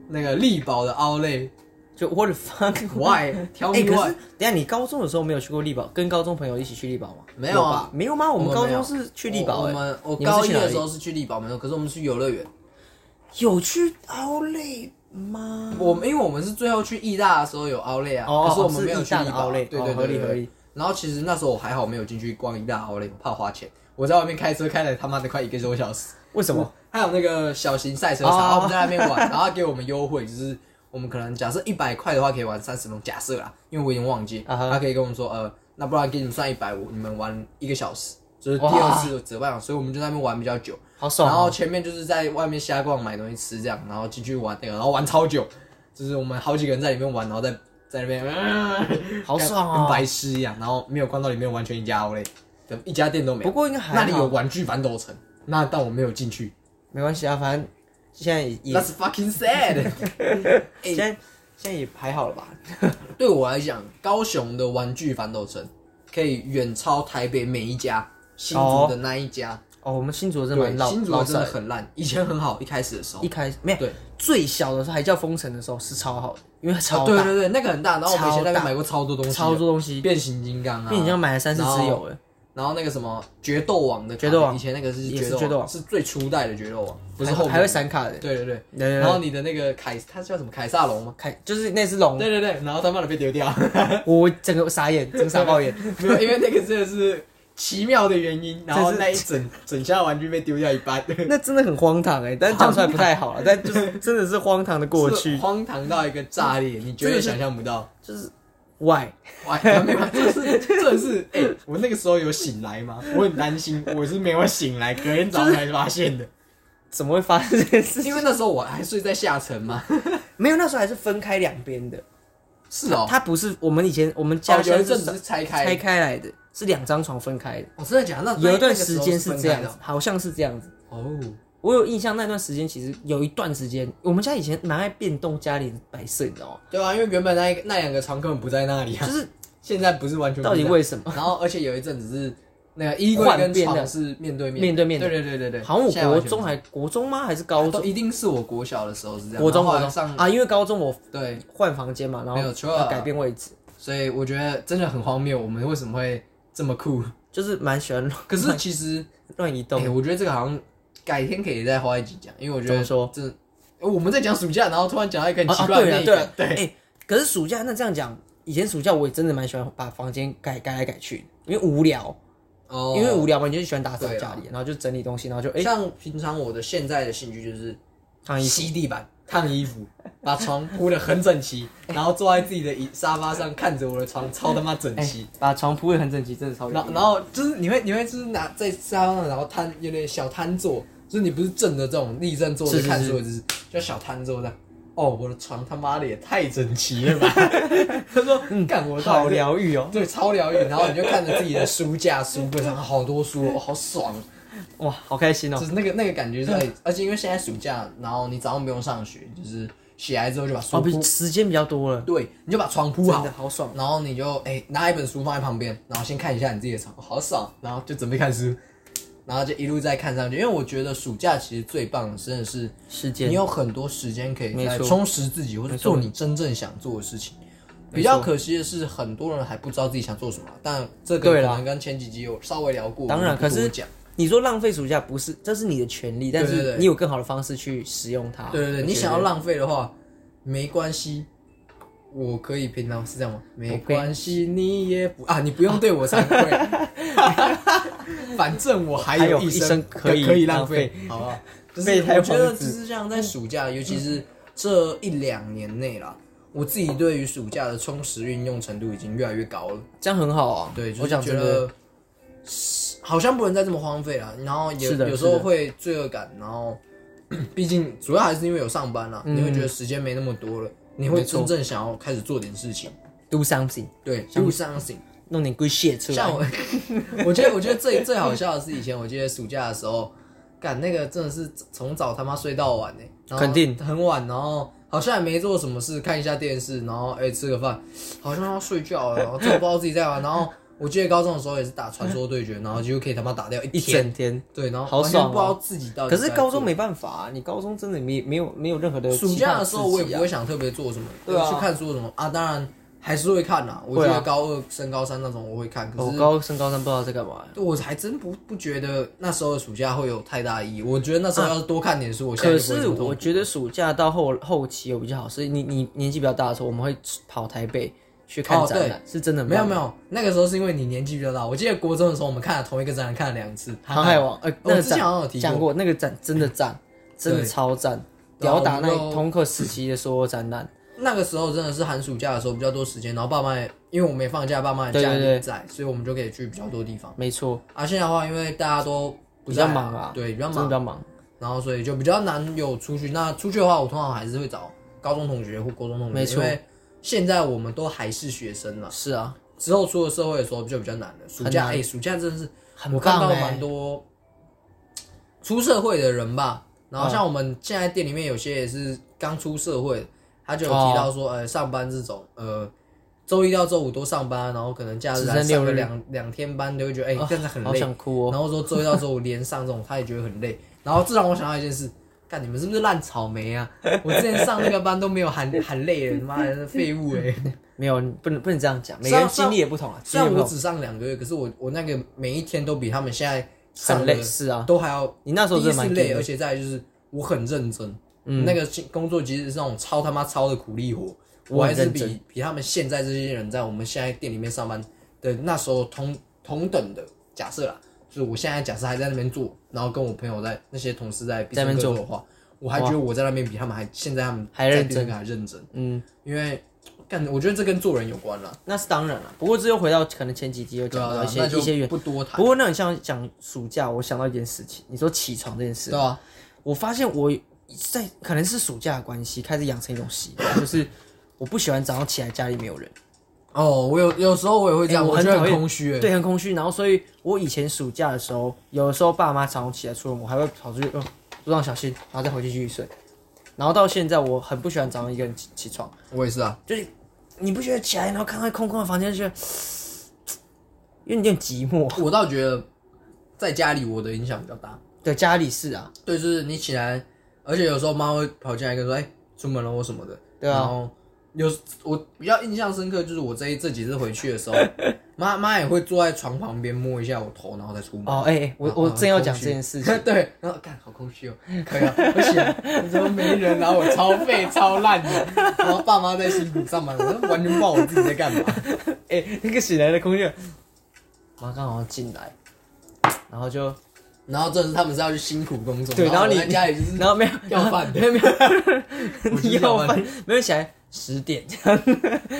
B: 那个力宝的奥莱
A: 就 what the fuck？
B: ，Why？挑
A: 哎，
B: 你
A: 可
B: Why？
A: 是等一下你高中的时候没有去过力宝，跟高中朋友一起去力宝吗？
B: 没有啊
A: 吧没有吗？我
B: 我
A: 们
B: 们
A: 高
B: 没有
A: 中是去力宝，
B: 我我
A: 哎
B: 们我
A: 你们是
B: 高一
A: 去哪
B: 的
A: 里
B: 时候是去力宝没有，可是我们去游乐园。
A: 有去奥莱吗？
B: 我们因为我们是最后去义大的时候有奥莱啊，
A: 哦
B: 可是我们没有
A: 是义
B: 去
A: 大的
B: 宝。
A: 奥莱
B: 对对对
A: 哦合理
B: 对对
A: 合理
B: 然后其实那时候我还好没有进去逛义大奥莱，我怕花钱。我在外面开车开了他妈的快一个多小时。
A: 为什么？
B: 还有那个小型赛车场，
A: 哦
B: 然后我们在那边玩，然后给我们优惠，就是我们可能假设一百块的话可以玩三十分钟，假设啦，因为我已经忘记，
A: 啊哈
B: 他可以跟我们说，呃，那不然给你们算一百五，你们玩一个小时，就是第
A: 哇
B: 二次折半，所以我们就在那边玩比较久。
A: 好爽
B: 然后
A: 哦！
B: 前面就是在外面瞎逛买东西吃这样，然后进去玩那个，然后玩超久，就是我们好几个人在里面玩，然后在在那边，嗯
A: 好爽哦
B: 跟白痴一样，然后没有逛到里面完全一家 o 嘞，一家店都没有。
A: 不过应该还好
B: 那里有玩具反斗城，那但我没有进去
A: 没关系啊，反正现在也也
B: ，That's fucking sad 。
A: 现在现在也还好了吧？
B: 对我来讲，高雄的玩具反斗城可以远超台北每一家。新竹的那一家，
A: 哦，我们新竹真的
B: 对
A: 蛮，老
B: 新竹
A: 老
B: 的真的
A: 少，
B: 很烂，以前很好，一开始的时候
A: 一，开始没有
B: 对
A: 最小的时候还叫封城的时候是超好的，因为它超
B: 啊对
A: 大，
B: 对对，那个很大，然后我们以前那
A: 超大
B: 边买过超多东西的，啊
A: 超多东西，
B: 变形金刚啊，
A: 变形金刚买了三四只有了，
B: 然后那个什么决斗王的卡
A: 决斗王
B: 以前那个是
A: 也是
B: 斗
A: 决斗王
B: 是最初代的决斗王，不是
A: 还
B: 后面
A: 还会闪卡的。
B: 对对对，
A: 对对对
B: 然后你的那个凯，他叫什么凯撒龙吗？
A: 看，就是那只龙，
B: 对对对，然后他妈的被丢掉，
A: 我整个傻眼，整个傻 爆眼。
B: 没有，因为那个真的是奇妙的原因，然后那一整整箱玩具被丢掉一半，
A: 那真的很荒唐哎、但讲出来不太好了，但 就是真的是荒唐的 过
B: 是
A: 去。
B: 荒唐到一个炸裂，你绝
A: 真
B: 对
A: 的是
B: 想象不 到。
A: Why？
B: 哇，没有，就是真的是，哎、我那个时候有醒来吗？我很担心，我是没有醒来，隔天早上才发现的。
A: 怎么会发生这件事情？
B: 因为那时候我还睡在下层嘛。
A: 没有，那时候还是分开两边的。
B: 是哦，
A: 它不是我们以前我们家
B: 哦有
A: 乡
B: 一
A: 是
B: 阵子是拆开。
A: 拆开来的，是两张床分开的。
B: 哦，真的假的？那
A: 有一段时间是这样子
B: 的。，
A: 好像是这样子。
B: 哦，
A: 我有印象，那段时间其实有一段时间，我们家以前蛮爱变动家里的摆设，你知道吗？
B: 对啊，因为原本那一个那两个床根本不在那里啊
A: 就，是
B: 现在不是完全不
A: 到底
B: 在
A: 为什么？
B: 然后而且有一阵子是那个衣柜
A: 换
B: 跟
A: 变
B: 床
A: 的
B: 是面对面，
A: 面对面
B: 对
A: 的
B: 对对对对，
A: 好像我
B: 现在完
A: 国
B: 全
A: 中
B: 不
A: 还国中吗？还是高
B: 都
A: 中？
B: 一定是我国小的时候是这样，
A: 国中
B: 然后
A: 国
B: 后来
A: 中
B: 上
A: 啊，因为高中我
B: 对，
A: 换房间嘛，然
B: 没有
A: 后
B: 错
A: 要改变位置，
B: 所以我觉得真的很荒谬，我们为什么会这么酷？
A: 就是蛮喜欢乱
B: 可是 其实，
A: 乱移动
B: 哎，。我觉得这个好像改天可以再花一集讲，因为我觉
A: 怎
B: 得
A: 么说
B: 真的，我们在讲暑假，然后突然讲到一个很
A: 啊
B: 奇
A: 啊，
B: 怪的
A: 对
B: 那
A: 了
B: 一
A: 对
B: 个
A: 了，，哎，可是暑假那这样讲，以前暑假我也真的蛮喜欢把房间改改来改去，因为无聊，
B: 哦
A: 因为无聊嘛，你就是喜欢打扫
B: 对啊
A: 家里，然后就整理东西，然后就哎
B: 像平常我的现在的兴趣就是
A: 烫衣服。
B: 吸地板、烫衣服， 把床铺得很 整齐，然后坐在自己的椅沙发上看着我的床超他妈整齐。
A: 把床铺的很整齐，真的超
B: 然后然后就是你会你会就是拿在沙发上，然后瘫有点小瘫坐，就是你不是正的这种立正坐着
A: 是是
B: 看
A: 是
B: 书的姿势，就小瘫坐这样。哦，我的床他妈的也太整齐了 吧！他说：“干我到
A: 好
B: 底是
A: 疗愈哦，
B: 对，超疗愈。”然后你就看着自己的书架、书柜上好多书，哦，好爽。
A: 哇，好开心哦
B: 就！是那个那个感觉是，哎而且因为现在暑假，然后你早上不用上学，就是起来之后就把书
A: 哦，
B: 铺，
A: 比时间比较多了，
B: 对，你就把床铺
A: 真
B: 好
A: 的，好爽。哦
B: 然后你就哎、拿一本书放在旁边，然后先看一下你自己的床，哦好爽，然后就准备看书，然后就一路再看上去。因为我觉得暑假其实最棒的真的是
A: 时间
B: 你有很多时间可以
A: 没
B: 来
A: 错
B: 充实自己，或者
A: 没错
B: 做你真正想做的事情。比较可惜的是，很多人还不知道自己想做什么，但这个可
A: 对啦
B: 能跟前几集有稍微聊过，
A: 当然
B: 我就不
A: 可是
B: 多讲。
A: 你说浪费暑假不是，这是你的权利，但
B: 对对
A: 是
B: 对
A: 你有更好的方式去使用它。
B: 对对对，
A: 我
B: 你
A: 觉
B: 想要
A: 得
B: 浪费的话，没关系，我可以平常是这样吗？没关系，你也不啊，你不用对我 惭愧，反正我还
A: 还有
B: 一
A: 一生可以
B: 可以浪
A: 浪
B: 费，好吧？就是
A: 备胎
B: 我觉得
A: 王
B: 就
A: 子嗯
B: 是像在暑假，尤其是这一两年内啦。我自己对于暑假的充实运用程度已经越来越高了，
A: 这样很好啊。
B: 对，就
A: 我
B: 是
A: 讲
B: 觉
A: 真的，
B: 得好像不能再这么荒废了。然后有
A: 是的
B: 有时
A: 是
B: 候
A: 的
B: 会罪恶感，然后 毕竟主要还是因为有上班啦，你会觉得时间没那么多了，你会
A: 嗯没错
B: 真正想要开始做点事情。
A: ，do something，
B: 对，do something。
A: 弄点 good shit 出
B: 像
A: 来。
B: 我，啊 我觉得我觉得最最好笑的是以前，我记得暑假的时候，干那个真的是从早他妈睡到晚呢、然后
A: 肯定
B: 很晚，然后好像也没做什么事，看一下电视，然后哎、吃个饭，好像要睡觉了，然后真的不知道自己在玩，然后。我记得高中的时候也是打传说对决，然后就可以他妈打掉一
A: 一
B: 天，
A: 整天，
B: 对，然后
A: 好
B: 完全
A: 爽哦
B: 不知道自己到底
A: 可
B: 在做。
A: 是高中没办法、啊，你高中真的没没有没有任何的
B: 暑
A: 其
B: 假
A: 他
B: 的时候，我也
A: 刺激
B: 不
A: 啊
B: 会想特别做什么，
A: 对啊
B: 去看书什么啊，当然还是会看啦。我
A: 会
B: 觉
A: 啊
B: 得高二升高三那种我会看，可
A: 我
B: 是
A: 高升高三不知道在干嘛、
B: 对我还真不不觉得那时候的暑假会有太大意义。我觉得那时候要是多看点书，我现
A: 可
B: 在就不会
A: 是
B: 这么痛
A: 我觉得暑假到后后期有比较好，是你你年纪比较大的时候，我们会跑台北去看
B: 哦
A: 展览，是真的
B: 没有没
A: 有。
B: 有，那个时候是因为你年纪比较大。我记得国中的时候，我们看了同一个展览，看了两次《
A: 航海王，呃，那
B: 我
A: 个
B: 哦之前
A: 展
B: 好像有提
A: 讲
B: 过，
A: 过，那个展真的赞，真的
B: 对
A: 超赞，
B: 然后
A: 吊打那
B: 我们都
A: 同课时期的所有展览。
B: 那个时候真的是寒暑假的时候比较多时间，然后爸妈也因为我们也放假，爸妈也
A: 对
B: 家里
A: 对对
B: 也在，所以我们就可以去比较多地方。
A: 没错，
B: 啊，现在的话，因为大家都不
A: 比较
B: 在
A: 忙啊
B: 对，比较
A: 真
B: 忙
A: 的比，较忙。
B: 然后所以就比较难有出去。那出去的话，我通常还是会找高中同学或国中同学，
A: 没错
B: 因为现在我们都还是学生了，
A: 是啊，
B: 之后出了社会的时候就比较难了。暑假，
A: 很难
B: 哎、暑假真的是
A: 很
B: 我看
A: 棒
B: 到
A: 哎
B: 蛮。多出社会的人吧。然
A: 嗯
B: 后像我们现在店里面有些也是刚出社会，他就有提到
A: 哦
B: 说，呃，上班这种，呃，周一到周五都上班，然后可能假日
A: 只
B: 还
A: 剩六
B: 上个
A: 日
B: 两两天班，都会觉得，哎、
A: 啊
B: 这样子很
A: 好
B: 累。
A: 想哭哦。
B: 然后说周一到周五连上这种，他也觉得很累。然后这让我想到一件事，干你们是不是烂草莓啊？我之前上那个班都没有喊喊累人，他妈的废物哎、
A: 没有，你不能不能这样讲，每
B: 虽
A: 个
B: 然
A: 人经历也不同啊。经
B: 虽
A: 历
B: 然
A: 不
B: 我
A: 同
B: 只上两个月，可是我我那个每一天都比他们现在上
A: 很
B: 的
A: 累，是啊，
B: 都还要。
A: 你那时候
B: 第一
A: 真的嗯
B: 是
A: 蛮
B: 累，而
A: 累，
B: 且再来就是我很认真。那个工作其实是那种超他妈超的苦力活，我
A: 我很
B: 还是
A: 认真
B: 比比他们现在这些人在我们现在店里面上班的那时候同同等的假设啦，就是我现在假设还在那边做，然后跟我朋友在那些同事在必
A: 在
B: 胜
A: 那边
B: 客
A: 做
B: 的话，我还觉得我在那边比他们还现在他们
A: 还认
B: 在必胜客还认真，
A: 嗯，
B: 因为干我觉得这跟做人有关啦，
A: 那是当然了。不过这又回到可能前几集有
B: 对
A: 讲到
B: 啊
A: 一，些、
B: 那
A: 一些
B: 就
A: 原，
B: 不多谈，
A: 不过那很像讲暑假，我想到一件事情，你说起床这件事
B: 对，啊，
A: 我发现我在可能是暑假的关系，开始养成一种习惯， 就是我不喜欢早上起来家里没有人，
B: 哦，我有有时候我也会这样，
A: 哎我
B: 我
A: 很
B: 觉得
A: 讨
B: 很
A: 厌
B: 空虚，哎，
A: 对，很空虚。然后所以我以前暑假的时候，有的时候爸妈早上起来出门，我还会跑出去，嗯，路上小心，然后再回去继续睡。然后到现在，我很不喜欢早上一个人起起床。
B: 我也是啊，
A: 你不觉得起来然后看到空空的房间，就觉得 有点寂寞？
B: 我倒觉得在家里我的影响比较大。
A: 对，家里是啊，
B: 对，就是你起来，而且有时候妈会跑进来跟说：“哎、出门了或什么的。”
A: 对啊
B: 然后有我比较印象深刻，就是我这一这几次回去的时候，妈妈也会坐在床旁边摸一下我头，然后再出门。
A: 哦，哎、哎我
B: 然后
A: 我
B: 很
A: 正要
B: 空
A: 讲
B: 虚
A: 这件 事情，
B: 对，然后干好空虚哦，可以啊，不行，我怎么没人？然后我超废超烂的，然后爸妈在辛苦上班，我都完全不知道我自己在干嘛。
A: 哎、那个醒来的空气，妈刚好进来，然后就
B: 然后这是他们是要去辛苦工作，
A: 对，然后
B: 我
A: 你
B: 在家里就是
A: 然后没有
B: 要饭
A: 没有没有，
B: 我就是
A: 你
B: 要
A: 要
B: 饭
A: 饭没有起来十点这样，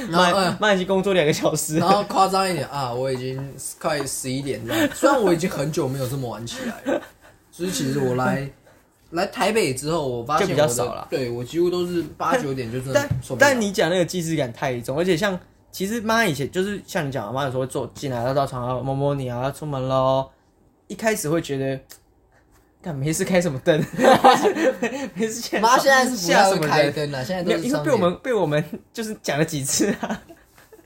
B: 然后
A: 妈妈已经工作两个小时
B: 然，后夸张一点啊，我已经快十一点这样。虽然我已经很久没有这么晚起来了，就是其实我来来台北之后，我发现
A: 就比较
B: 我的
A: 少了
B: 对我几乎都是八九点就真的
A: 但
B: 嗯受不了。
A: 但你讲那个既视感太重，而且像其实妈以前就是像你讲的，妈有时候会坐进来，她到床上摸摸你啊，要出门喽。一开始会觉得， 干没事开什么灯， 没事现
B: 妈现在是不
A: 下
B: 太
A: 啊什
B: 会
A: 么
B: 开
A: 人？
B: 灯了，现在
A: 没有，
B: 都是
A: 因为
B: 商
A: 被我
B: 店。
A: 们被我们就是讲了几次啊。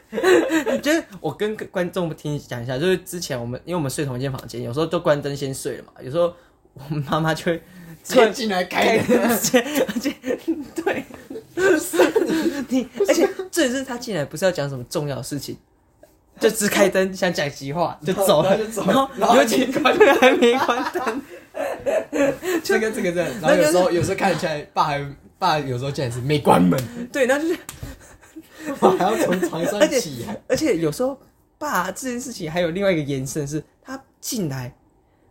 A: 就是我跟观众听讲一下，就是之前我们因为我们睡同一间房间，有时候都关灯先睡了嘛，有时候我们妈妈就会
B: 直接进来开 灯，
A: 而且而且对，你而且最是他进来不是要讲什么重要的事情，就只开灯想讲急话就走了，然后
B: 然后
A: 尤其关灯还没关灯，
B: 这个这个这个，然后
A: 那个
B: 有时候有时候看起来爸还爸有时候竟然是没关门，
A: 对，那就是
B: 我还要从床上
A: 而且
B: 起来。
A: 而且有时候爸这件事情还有另外一个延伸是，他进来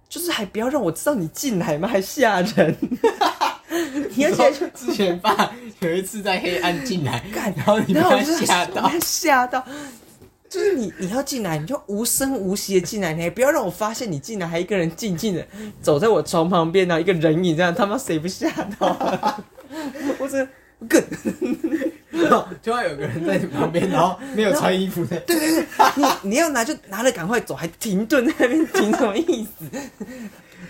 A: 就是还不要让我知道你进来嘛，还吓人，你要进来就
B: 之前爸有一次在黑暗进来，
A: 干
B: 然后你被
A: 然后我
B: 他
A: 就
B: 吓到
A: 我被，吓到，就是你你要进来，你就无声无息的进来，你还不要让我发现你进来，还一个人静静的走在我床旁边呢、啊一个人影这样，他妈谁不吓到、啊？ 我真的我更
B: 突然有个人在你旁边，然后没有穿衣服的，对，
A: 你你要拿就拿了，赶快走，还停顿在那边停什么意思？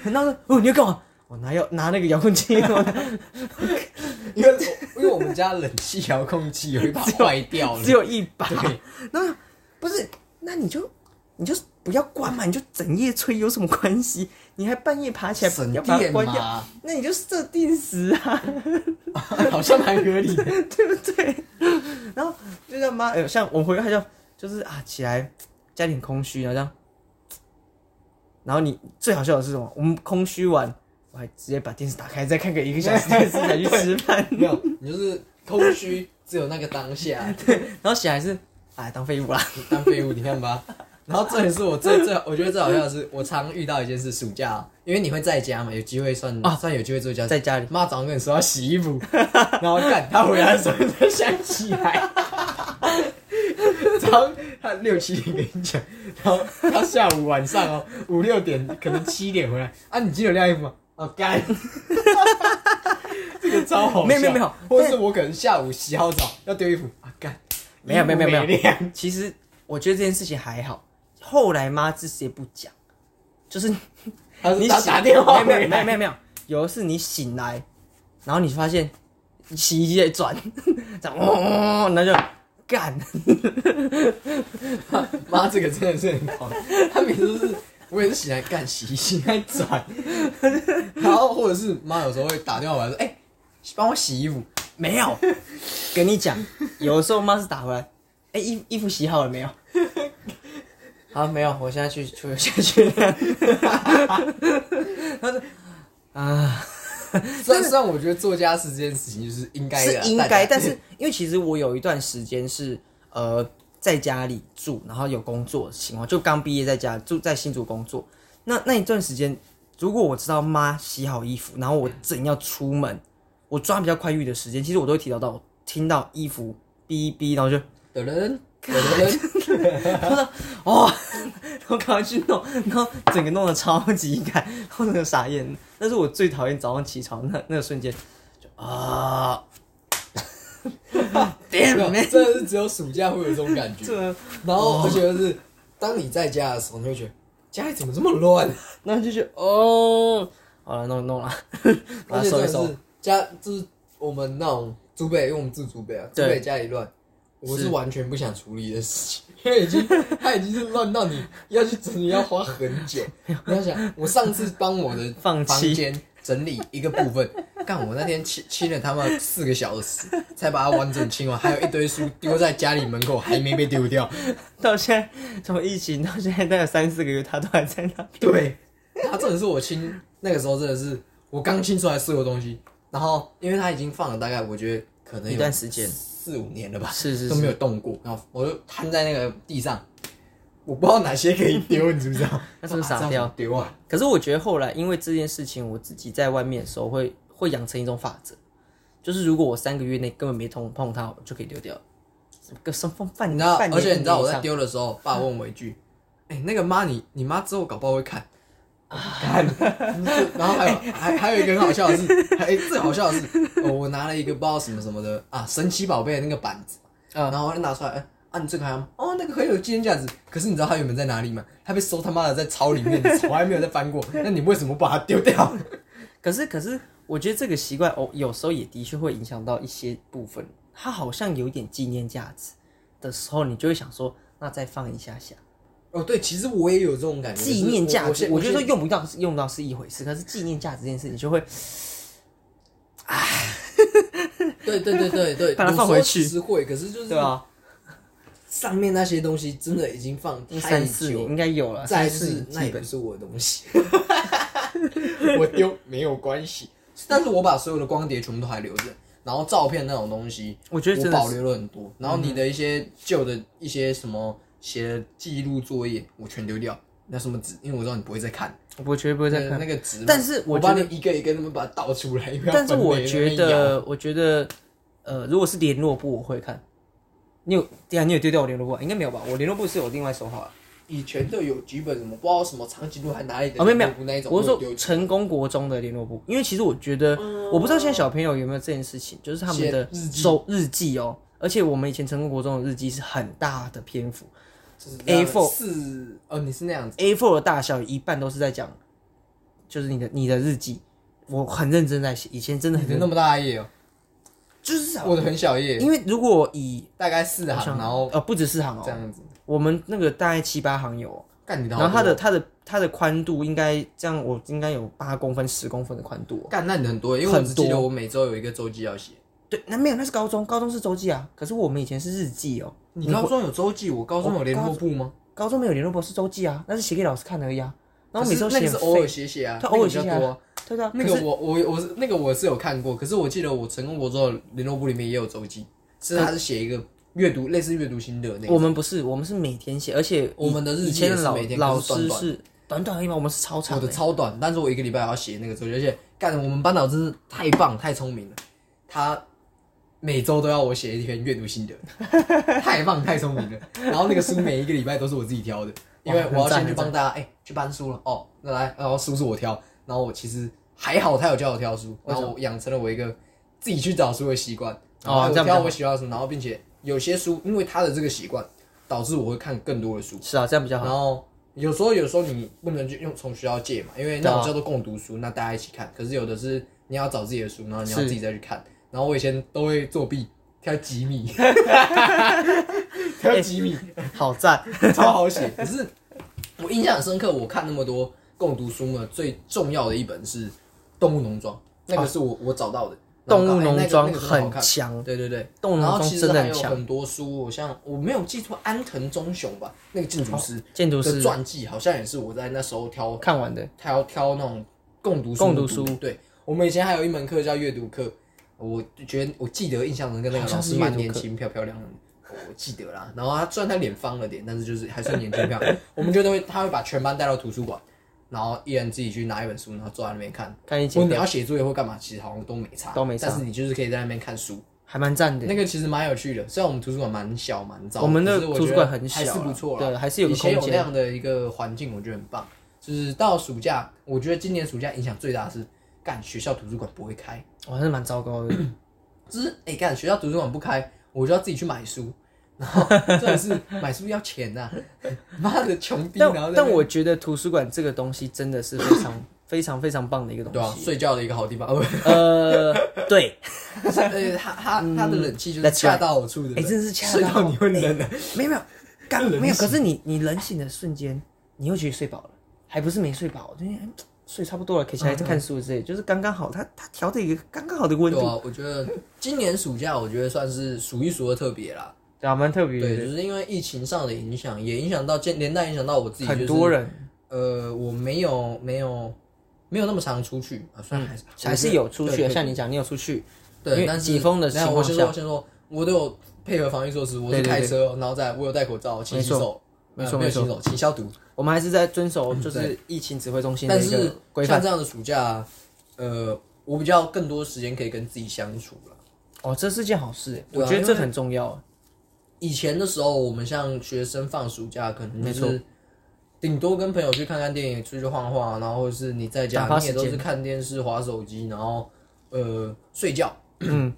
A: 然后说哦，你要干嘛？我拿要拿那个遥控器，我
B: 因为我因为我们家冷气遥控器有一把坏掉了，
A: 只有一把。
B: 对，
A: 那不是，那你就你就不要关嘛，你就整夜吹有什么关系？你还半夜爬起来
B: 省
A: 要把它
B: 电
A: 关掉
B: 嘛，
A: 那你就设定时啊，
B: 好像蛮合理的。
A: 对不对？然后就像妈，哎呦像我回来就就是啊，起来家里很空虚，然后这样，然后你最好笑的是什么？我们空虚完，我还直接把电视打开，再看个一个小时 电视才去吃饭，
B: 没有，你就是空虚，只有那个当下，
A: 然后醒来是哎当废物啦，
B: 你当废物，你看吧。然后这也是我最最，我觉得最好笑的是，我常遇到一件事，暑假，因为你会在家嘛，有机会算
A: 啊
B: 算有机会做家事
A: 在。家里
B: 妈早上跟你说要洗 衣服，然后干他回来的时候你才想起来，早上他六七点跟你讲，然后他下午晚上哦五六点可能七点回来啊，你今天有晾衣服吗？哦干， 这个超好笑，
A: 没有没有没有
B: 或者是我可能下午洗好澡要丢衣服啊干，
A: 没有没有没有没有
B: 衣服晾
A: 其实我觉得这件事情还好，后来妈自己也不讲，就是
B: 他
A: 你
B: 是他
A: 醒
B: 打电话
A: 没有没有
B: 回
A: 没有
B: 来，
A: 没有没有，有一次你醒来，然后你发现洗衣机在转， 这样嗡，然后就干，
B: 妈这个真的是很狂，他每次都是我也是醒来干洗洗在转，然后或者是妈有时候会打电话过来说，哎、帮我洗衣服，
A: 没有，跟你讲，有的时候妈是打回来，哎、衣衣服洗好了没有？ 好，没有，我现在去去去去，他说啊。
B: 虽然虽然我觉得做家事这件事情就是应该的啊，
A: 是应
B: 大
A: 该，
B: 家
A: 但是因为其实我有一段时间是呃在家里住，然后有工作的情况，就刚毕业在家住在新竹工作。那那一段时间，如果我知道妈洗好衣服，然后我正要出门，我抓比较宽裕的时间，其实我都会提到到我听到衣服哔哔，然后就
B: 有人有人
A: 哦，然后赶快去弄，然后整个弄得超级赶，然后整个傻眼。那是我最讨厌早上起床那那个瞬间，就 啊 ，damn
B: 没有哦
A: man，
B: 真的是只有暑假会有这种感觉。
A: 这。
B: 然后而且就是当你在家的时候，你会觉得家里怎么这么乱，啊
A: 那就觉得哦，好了，弄一 弄了，把它
B: 而且
A: 啊收
B: 真
A: 一
B: 的
A: 收
B: 是。家就是我们那种祖北，因为我们住祖北啊，祖
A: 对
B: 北家里乱。我是
A: 是
B: 完全不想处理的事情，因为已经它已经是乱到你要去整理要花很 久。你要想，我上次帮我的
A: 放
B: 房
A: 弃
B: 间整理一个部分，干我那天清清了他妈四个小时，才把它完整清完，还有一堆书丢在家里门口，还没被丢掉。
A: 到现在从疫情到现在大概有三四个月，他都还在那边。
B: 对，他真的是我清那个时候真的是我刚清出来所有东西，然后因为他已经放了大概我觉得可能有
A: 一段时间
B: 四五年了吧，
A: 是是
B: 都没有动过，然后我就摊在那个地上，我不知道哪些可以丢，你知不知道？
A: 那是不是傻掉
B: 啊这样怎么丢啊？
A: 可是我觉得后来因为这件事情，我自己在外面的时候会会养成一种法则，就是如果我三个月内根本没碰碰它，我就可以丢掉。个什么饭？
B: 你知道，
A: 半年
B: 而且你知道我
A: 以
B: 在
A: 上
B: 丢的时候，爸问我一句：“哎、那个妈，你你妈之后搞不好会看。”
A: 啊
B: 看， 然后还有还还有一个很好笑的是，还、最好笑的是，哦我拿了一个不知道什么什么的啊，神奇宝贝的那个板子，
A: 嗯
B: 然后我就拿出来，哎啊，你这个还要吗？哦，那个很有纪念价值。可是你知道它原本在哪里吗？它被收他妈的在草 里面，从来没有再翻过。那你为什么把它丢掉？
A: 可是可是，我觉得这个习惯哦，有时候也的确会影响到一些部分。它好像有点纪念价值的时候，你就会想说，那再放一下下。
B: 哦，对，其实我也有这种感觉，
A: 纪念价
B: 就是
A: 值，
B: 我
A: 我
B: 我
A: 觉
B: 先
A: 得说用不到是用不到是一回事，可是纪念价值这件事情就会
B: 对对对对对，
A: 把它放回去
B: 有时候其实会，可是就是
A: 对啊，
B: 上面那些东西真的已经放太
A: 三四年
B: 久，
A: 应该有了，三
B: 再来
A: 四
B: 是
A: 年
B: 那
A: 基
B: 也不
A: 本
B: 是我的东西， 我丢没有关系。但是我把所有的光碟全部都还留着，然后照片那种东西，
A: 我觉得
B: 我
A: 真的是
B: 保留了很多。然后你的一些旧的一些什么写的记录作业，我全丢掉。那什么纸，因为我知道你不会再看，
A: 我绝对不会再
B: 那
A: 看。
B: 那个纸嘛。
A: 但是
B: 我
A: 我
B: 帮
A: 觉
B: 你
A: 得，
B: 一个一个那么把它倒出来，因为要
A: 但是
B: 分类
A: 我
B: 那边
A: 觉
B: 摇
A: 得，我觉得，呃，如果是联络簿我会看，你有，对啊，你有丢掉我联络簿啊？应该没有吧？我联络簿是我另外收好了。啊
B: 以前的有几本什么不知道什么长颈鹿还哪里的
A: 哦，没有没
B: 有那一
A: 有，
B: 种，
A: 我是
B: 丢
A: 说成功国中的联络簿，因为其实我觉得，我不知道现在小朋友有没有这件事情，就是他们的
B: 写日记
A: 手日记哦，而且我们以前成功国中的日记是很大的篇幅
B: 就是
A: A4
B: 四哦，你是那样子，
A: ，A4 的大小一半都是在讲，就是你的你的日记，我很认真在写，以前真的很
B: 你的
A: 认
B: 那么大一页哦，
A: 就是啊
B: 我的很小页，
A: 因为如果以
B: 大概四
A: 好像
B: 行，然后
A: 呃不止四行
B: 这
A: 哦，
B: 样子，
A: 我们那个大概七八行有哦，
B: 干你的
A: 然
B: 好
A: 后
B: 多，
A: 它的它的它的宽度应该这样，我应该有八公分十公分的宽度哦。
B: 干那你的很多，因为我
A: 很
B: 只记得
A: 多
B: 我每周有一个周记要写，
A: 对，那没有，那是高中，高中是周记啊。可是我们以前是日记哦，
B: 你高中有周记，我高中有联络簿吗？
A: 高中没有联络簿是周记啊，那是写给老师看的而已啊。然后
B: 可
A: 每
B: 是
A: 周
B: 那
A: 写
B: 个是
A: 很
B: 偶尔
A: 废，
B: 写写啊，
A: 他偶尔
B: 那个比
A: 写
B: 较
A: 啊
B: 多啊。
A: 对的、啊。
B: 那
A: 可
B: 个
A: 是
B: 我我我是那个我是有看过，可是我记得我成功国之后联络簿里面也有周记，是他是写一个阅读类似阅读心得那
A: 我
B: 个，
A: 们不是，我们是每天写，而且
B: 我们的日记
A: 以前
B: 也是
A: 老
B: 每天可是
A: 老
B: 短
A: 师
B: 短
A: 是短短而已嘛，我们是超长
B: 我的
A: 的。
B: 超短，但是我一个礼拜要写那个周记，而且干我们班导真是太棒太聪明了，他每周都要我写一篇阅读 心得，太棒太聪明了。然后那个书每一个礼拜都是我自己挑的，因为
A: 哇
B: 我要
A: 很赞
B: 先去
A: 很
B: 帮大家哎、去搬书了哦，那来然后书是我挑，然后我其实还好他有教我挑书，然后我养成了我一个自己去找书的习惯。
A: 哦
B: 我
A: 这样比较
B: 挑
A: 好
B: 我喜欢的书，然后并且有些书因为他的这个习惯，导致我会看更多的书。
A: 是啊，这样比较
B: 然
A: 好。
B: 后有时候有时候你不能就用从学校借嘛，因
A: 嗯
B: 为那种叫做共读书，那大家一起看。可是有的是你要找自己的书，然后你要
A: 是
B: 自己再去看。然后我以前都会作弊，挑几 米，挑几米，
A: 好赞，
B: 超好写。可是我印象很深刻，我看那么多共读书呢，最重要的一本是《动物农庄》，那个是我、我找到的。然后
A: 啊动物
B: 哎那个
A: 农庄
B: 那个真的好
A: 很
B: 看
A: 强，
B: 对对对，
A: 动物
B: 然
A: 农
B: 后
A: 庄
B: 其实
A: 真的
B: 还
A: 很
B: 有
A: 强。
B: 很多书，我像我没有记错，安藤忠雄吧，那个建
A: 哦
B: 筑师，
A: 建筑
B: 的
A: 师
B: 传记好像也是我在那时候挑
A: 看完的，
B: 挑挑那种共读书
A: 共读
B: 读
A: 书
B: 对，我们以前还有一门课叫阅读课，我就觉得我记得印象中跟那个
A: 好像
B: 老师
A: 是阅
B: 蛮
A: 读
B: 年
A: 课
B: 轻漂漂亮亮的。我记得啦，然后他虽然他脸方了点，但是就是还算年轻漂亮。我们就都会，他会把全班带到图书馆，然后一人自己去拿一本书，然后坐在那边看。
A: 看一
B: 不过
A: 集
B: 你要写作业或干嘛，其实好像都没差，
A: 都没差
B: 但是你就是可以在那边看书，
A: 还蛮赞的。
B: 那个其实蛮有趣的。虽然我们图书馆蛮小蛮糟，
A: 我们的
B: 可是我
A: 图
B: 觉
A: 书
B: 得
A: 馆很小啊
B: 还
A: 啦，
B: 是不错啦。
A: 对，还是有
B: 以
A: 个
B: 前
A: 空
B: 有那
A: 间。
B: 样的一个环境，我觉得很棒。就是到暑假，我觉得今年暑假影响最大的是，干学校图书馆不会开，
A: 我还是蛮糟 糕的。
B: 就是哎干、学校图书馆不开，我就要自己去买书，然后真的是买书要钱呐、 妈的穷逼，然后
A: 但
B: 在那边
A: 但我觉得图书馆这个东西真的是非常 非常非常棒的一个
B: 对啊
A: 东，西。
B: 睡觉的一个好地方。 哦，
A: 呃，对，
B: 不是，呃，他他他的冷气就是
A: ，That's
B: 恰到好处的，
A: 哎，真的是恰
B: 睡
A: 到哎
B: 到你会冷的。
A: 没有没有，刚
B: 人
A: 没有。
B: 醒
A: 可是你你冷醒的瞬间，你又觉得睡饱了，还不是没睡饱，就是哎睡差不多了，可以起来看书之类，就是刚刚好，它它调的一个刚刚好的温
B: 对
A: 度，
B: 啊，我觉得今年暑假我觉得算是数一数二特别啦。
A: 对啊，蛮特别
B: 对，
A: 的，
B: 就是因为疫情上的影响，也影响到间连带影响到我自己，
A: 很
B: 就是
A: 多人
B: 呃，我没有没有没有那么常出去啊，虽然还是、
A: 还是有出去
B: 对
A: 的，像你讲，你有出去，因
B: 对，
A: 为
B: 但是
A: 疾风的
B: 没
A: 情
B: 有我
A: 况
B: 先说先说，我都有配合防疫措施，我是
A: 对对
B: 开
A: 对
B: 车，然后再我有戴口罩，勤洗手，
A: 没
B: 呃
A: 错
B: 没有
A: 没错
B: 勤洗手，勤消毒。
A: 我们还是在遵守就
B: 对
A: 是疫情指挥中心
B: 但
A: 的一个
B: 是
A: 规范
B: 像。这样的暑假，呃，我比较更多时间可以跟自己相处了。
A: 哦，这是件好事耶，
B: 对啊
A: 我觉得这很重要。
B: 以前的时候，我们像学生放暑假，可能就
A: 没
B: 是顶多跟朋友去看看电影，出去晃晃，然后或者是你在家
A: 打，发
B: 你也
A: 时
B: 都
A: 间
B: 是看电视、划手机，然后呃睡觉。
A: 嗯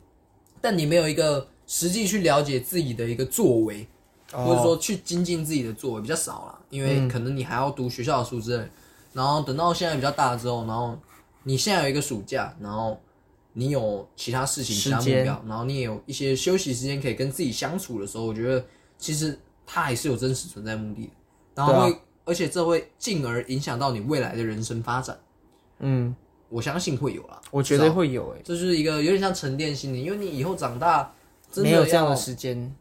B: 但你没有一个实际去了解自己的一个作为，
A: 哦
B: 或者说去精进自己的作为比较少啦，因
A: 嗯
B: 为可能你还要读学校的书之类。然后等到现在比较大之后，然后你现在有一个暑假，然后你有其他事情、其
A: 时
B: 他目
A: 间
B: 标，然后你也有一些休息时间可以跟自己相处的时候，我觉得其实它还是有真实存在目的的。然后
A: 对啊
B: 会，而且这会进而影响到你未来的人生发展，
A: 嗯，
B: 我相信会有啦。
A: 我觉
B: 至
A: 得
B: 少
A: 会有哎诶，
B: 这就是一个有点像沉淀心理，因为你以后长大真的
A: 没有这样
B: 要
A: 的时间，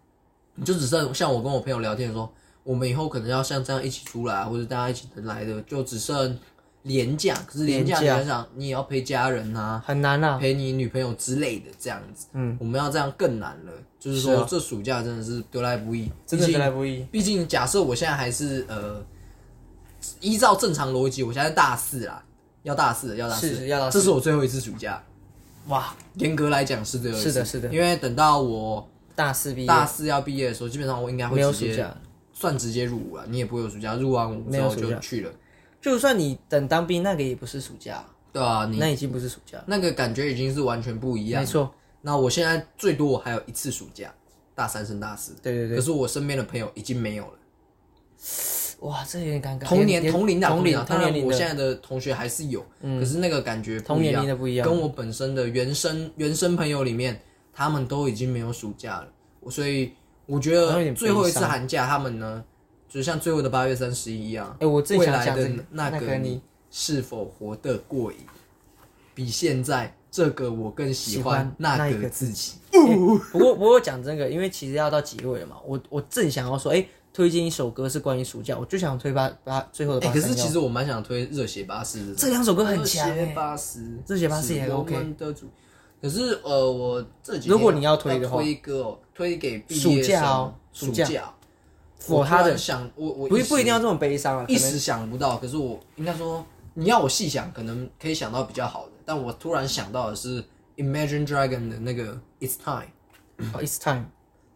B: 你就只剩像我跟我朋友聊天说，我们以后可能要像这样一起出来啊，或者大家一起能来的，就只剩廉价。可是廉价，你
A: 廉价
B: 想想，你也要陪家人呐、
A: 很难啊。
B: 陪你女朋友之类的这样子。
A: 嗯，
B: 我们要这样更难了。就是说，
A: 是啊
B: 这暑假真的是得来不易，
A: 真的
B: 毕
A: 得
B: 竟
A: 来不易。
B: 毕竟，假设我现在还是呃，依照正常逻辑，我现在大四啦，要大四了，要大四了，
A: 是是要大四
B: 这是我最后一次暑假。
A: 哇，
B: 严格来讲是最后一次，
A: 是的是的
B: 因为等到我
A: 大四毕业
B: 大四要毕业的时候，基本上我应该
A: 没
B: 会
A: 有
B: 直
A: 暑
B: 接
A: 假，
B: 算直接入伍了，你也不会有暑假，入完伍啊
A: 没有
B: 之后
A: 暑假
B: 就去了。
A: 就算你等当兵，那个也不是暑假，
B: 对啊，你
A: 那已经不是暑假，
B: 那个感觉已经是完全不一样
A: 没。错，
B: 那我现在最多我还有一次暑假，大三升大四。
A: 对对对
B: 可是我身边的朋友已经没有了。
A: 哇，这有点尴尬。
B: 同年
A: 连
B: 同龄的
A: 同龄
B: 龄，
A: 同
B: 当
A: 年
B: 然
A: 龄
B: 我
A: 的嗯
B: 现在的同学还是有，可是那个感觉不
A: 同
B: 一
A: 年
B: 样
A: 龄的不一样
B: 跟我本身的原生原生朋友里面，他们都已经没有暑假了，我所以我觉
A: 好像有
B: 得
A: 点悲
B: 最后一次
A: 伤
B: 寒假，他们呢，就像最后的八月三十一一样，
A: 哎我正
B: 未
A: 想
B: 来
A: 讲
B: 的
A: 这个那个
B: 个
A: 你
B: 是否活得过瘾，比现在这个我更喜
A: 喜欢
B: 欢
A: 那
B: 那
A: 一个
B: 个自己。
A: 不过不过讲真的，因为其实要到结尾了嘛，我我正想要说，哎、推荐一首歌是关于暑假，我就想推八八最后的
B: 哎、
A: 八
B: 可
A: 三幺、
B: 是其实我蛮想推热血巴士的，
A: 这两首歌很强哎、
B: 热血巴士，
A: 热血巴士也
B: 是我
A: OK
B: 们的主。可是呃，我这几天
A: 如果你要推的话
B: 要推歌哦，推给毕
A: 暑
B: 业
A: 假
B: 生
A: 哦暑
B: 暑
A: 假
B: 假，
A: 我他
B: 突
A: 的
B: 然想我我
A: 不
B: 一
A: 是不一
B: 时
A: 定要这么悲伤啊，可
B: 一
A: 能
B: 时想不到，可是我应该说你要我细想，可能可以想到比较好的，但我突然想到的是 Imagine Dragon 的那个 It's Time，
A: 哦，It's time，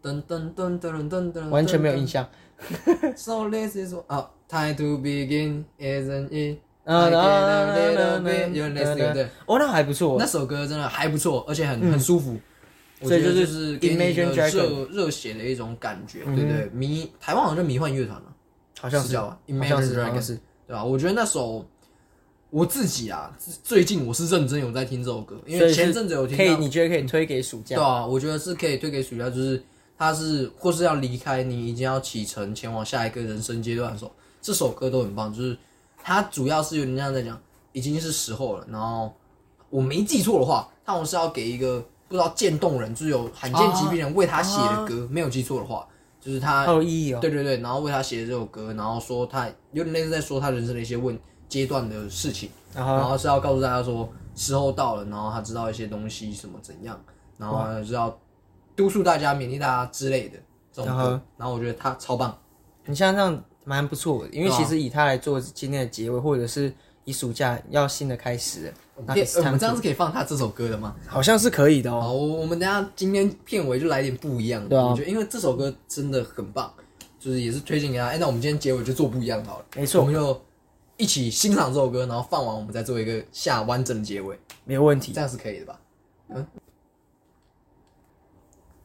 B: 噔噔噔噔噔噔噔，
A: 完全没有印象。
B: So this is 啊，Time to begin isn't it？
A: 嗯
B: I
A: 嗯
B: get a
A: 嗯
B: little
A: 嗯
B: bit- 有点类似对不对
A: 嗯，哦，那还不错，嗯
B: 那首歌真的还不错，而且很、很舒服。我
A: 所以
B: 觉得
A: 就是
B: 是给你一
A: Imagine
B: 个
A: Dragon 嗯
B: 热热血的一种感觉，对不对？迷台湾好像就迷幻乐团了，
A: 好像
B: 是
A: 是
B: 叫吧
A: 好像
B: Imagine
A: 是好
B: Dragon
A: 像是，
B: 对吧、我觉得那首我自己啊，最近我是认真有在听这首歌，因为前阵子有听
A: 可以，
B: 到，
A: 你觉得可以推给暑
B: 对
A: 假？
B: 啊，我觉得是可以推给暑假，就是他是或是要离开你，已经要启程前往下一个人生阶段的时候，这首歌都很棒，就是它主要是有点像在讲，已经是时候了，然后我没记错的话，他好像是要给一个不知道渐冻人，就是有罕见疾病人为他写的歌，没有记错的话，就是他
A: 好有意义哦。
B: 啊对对对，然后为他写的这首歌，然后说他有点类似在说他人生的一些问阶段的事情，
A: 然
B: 然
A: 后
B: 后是要告诉大家说时候到了，然后他知道一些东西什么怎样，然后是要督促大家、勉励大家之类的这种
A: 然后
B: 歌。然后我觉得他超棒，
A: 你像这样蛮不错的，因为
B: 对啊
A: 其实以它来做今天的结尾，或者是以暑假要新的开始了，那
B: 骗
A: It's
B: 呃我
A: time
B: 们这样是可以放他这首歌的吗？
A: 好像是可以的哦。
B: 好，我我们等一下今天片尾就来点不一样的，
A: 对啊
B: 我觉得因为这首歌真的很棒，就是也是推荐给大家。哎，那我们今天结尾就做不一样的好了，
A: 没错
B: 我们就一起欣赏这首歌，然后放完我们再做一个下完整的结尾。
A: 没有问题
B: 这。样是可以的吧？嗯，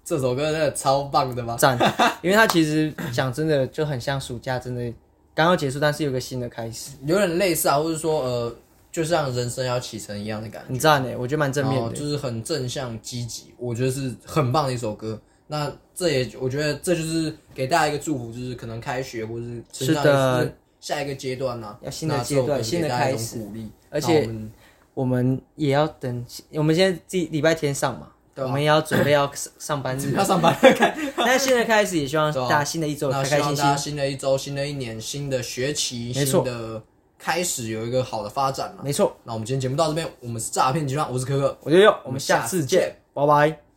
B: 这首歌真的超棒的吧？
A: 赞，因为它其实讲真的就很像暑假，真的刚要结束，但是有个新的开始，
B: 有点类似啊，或者说呃，就像人生要启程一样的感觉，
A: 很赞诶，我觉得蛮正面
B: 然后
A: 的。
B: 哦就是很正向积极，我觉得是很棒的一首歌。那这也我觉得这就是给大家一个祝福，就是可能开学或是
A: 是的
B: 成长就是下一个阶段呐、
A: 要新的
B: 那这首歌
A: 阶段
B: 就给大家一种
A: 新的
B: 鼓励，
A: 而且
B: 那我们
A: 我们也要等，我们现在第礼拜天上嘛，
B: 对啊
A: 我们也要准备要上 上班日
B: 要。上班了，看
A: 那新的开始，也希望
B: 对啊
A: 大家新的一周
B: 那
A: 开
B: 希
A: 开
B: 望
A: 心
B: 大家
A: 心。
B: 新的一周、新的一年、新的学期、
A: 没错
B: 新的开始有一个好的发展嘛。
A: 没错，
B: 那我们今天节目到这边，我们是诈骗集团，我是可可，
A: 我就用，我
B: 我
A: 们
B: 们
A: 下
B: 下
A: 次
B: 次
A: 见
B: 见，
A: 拜拜。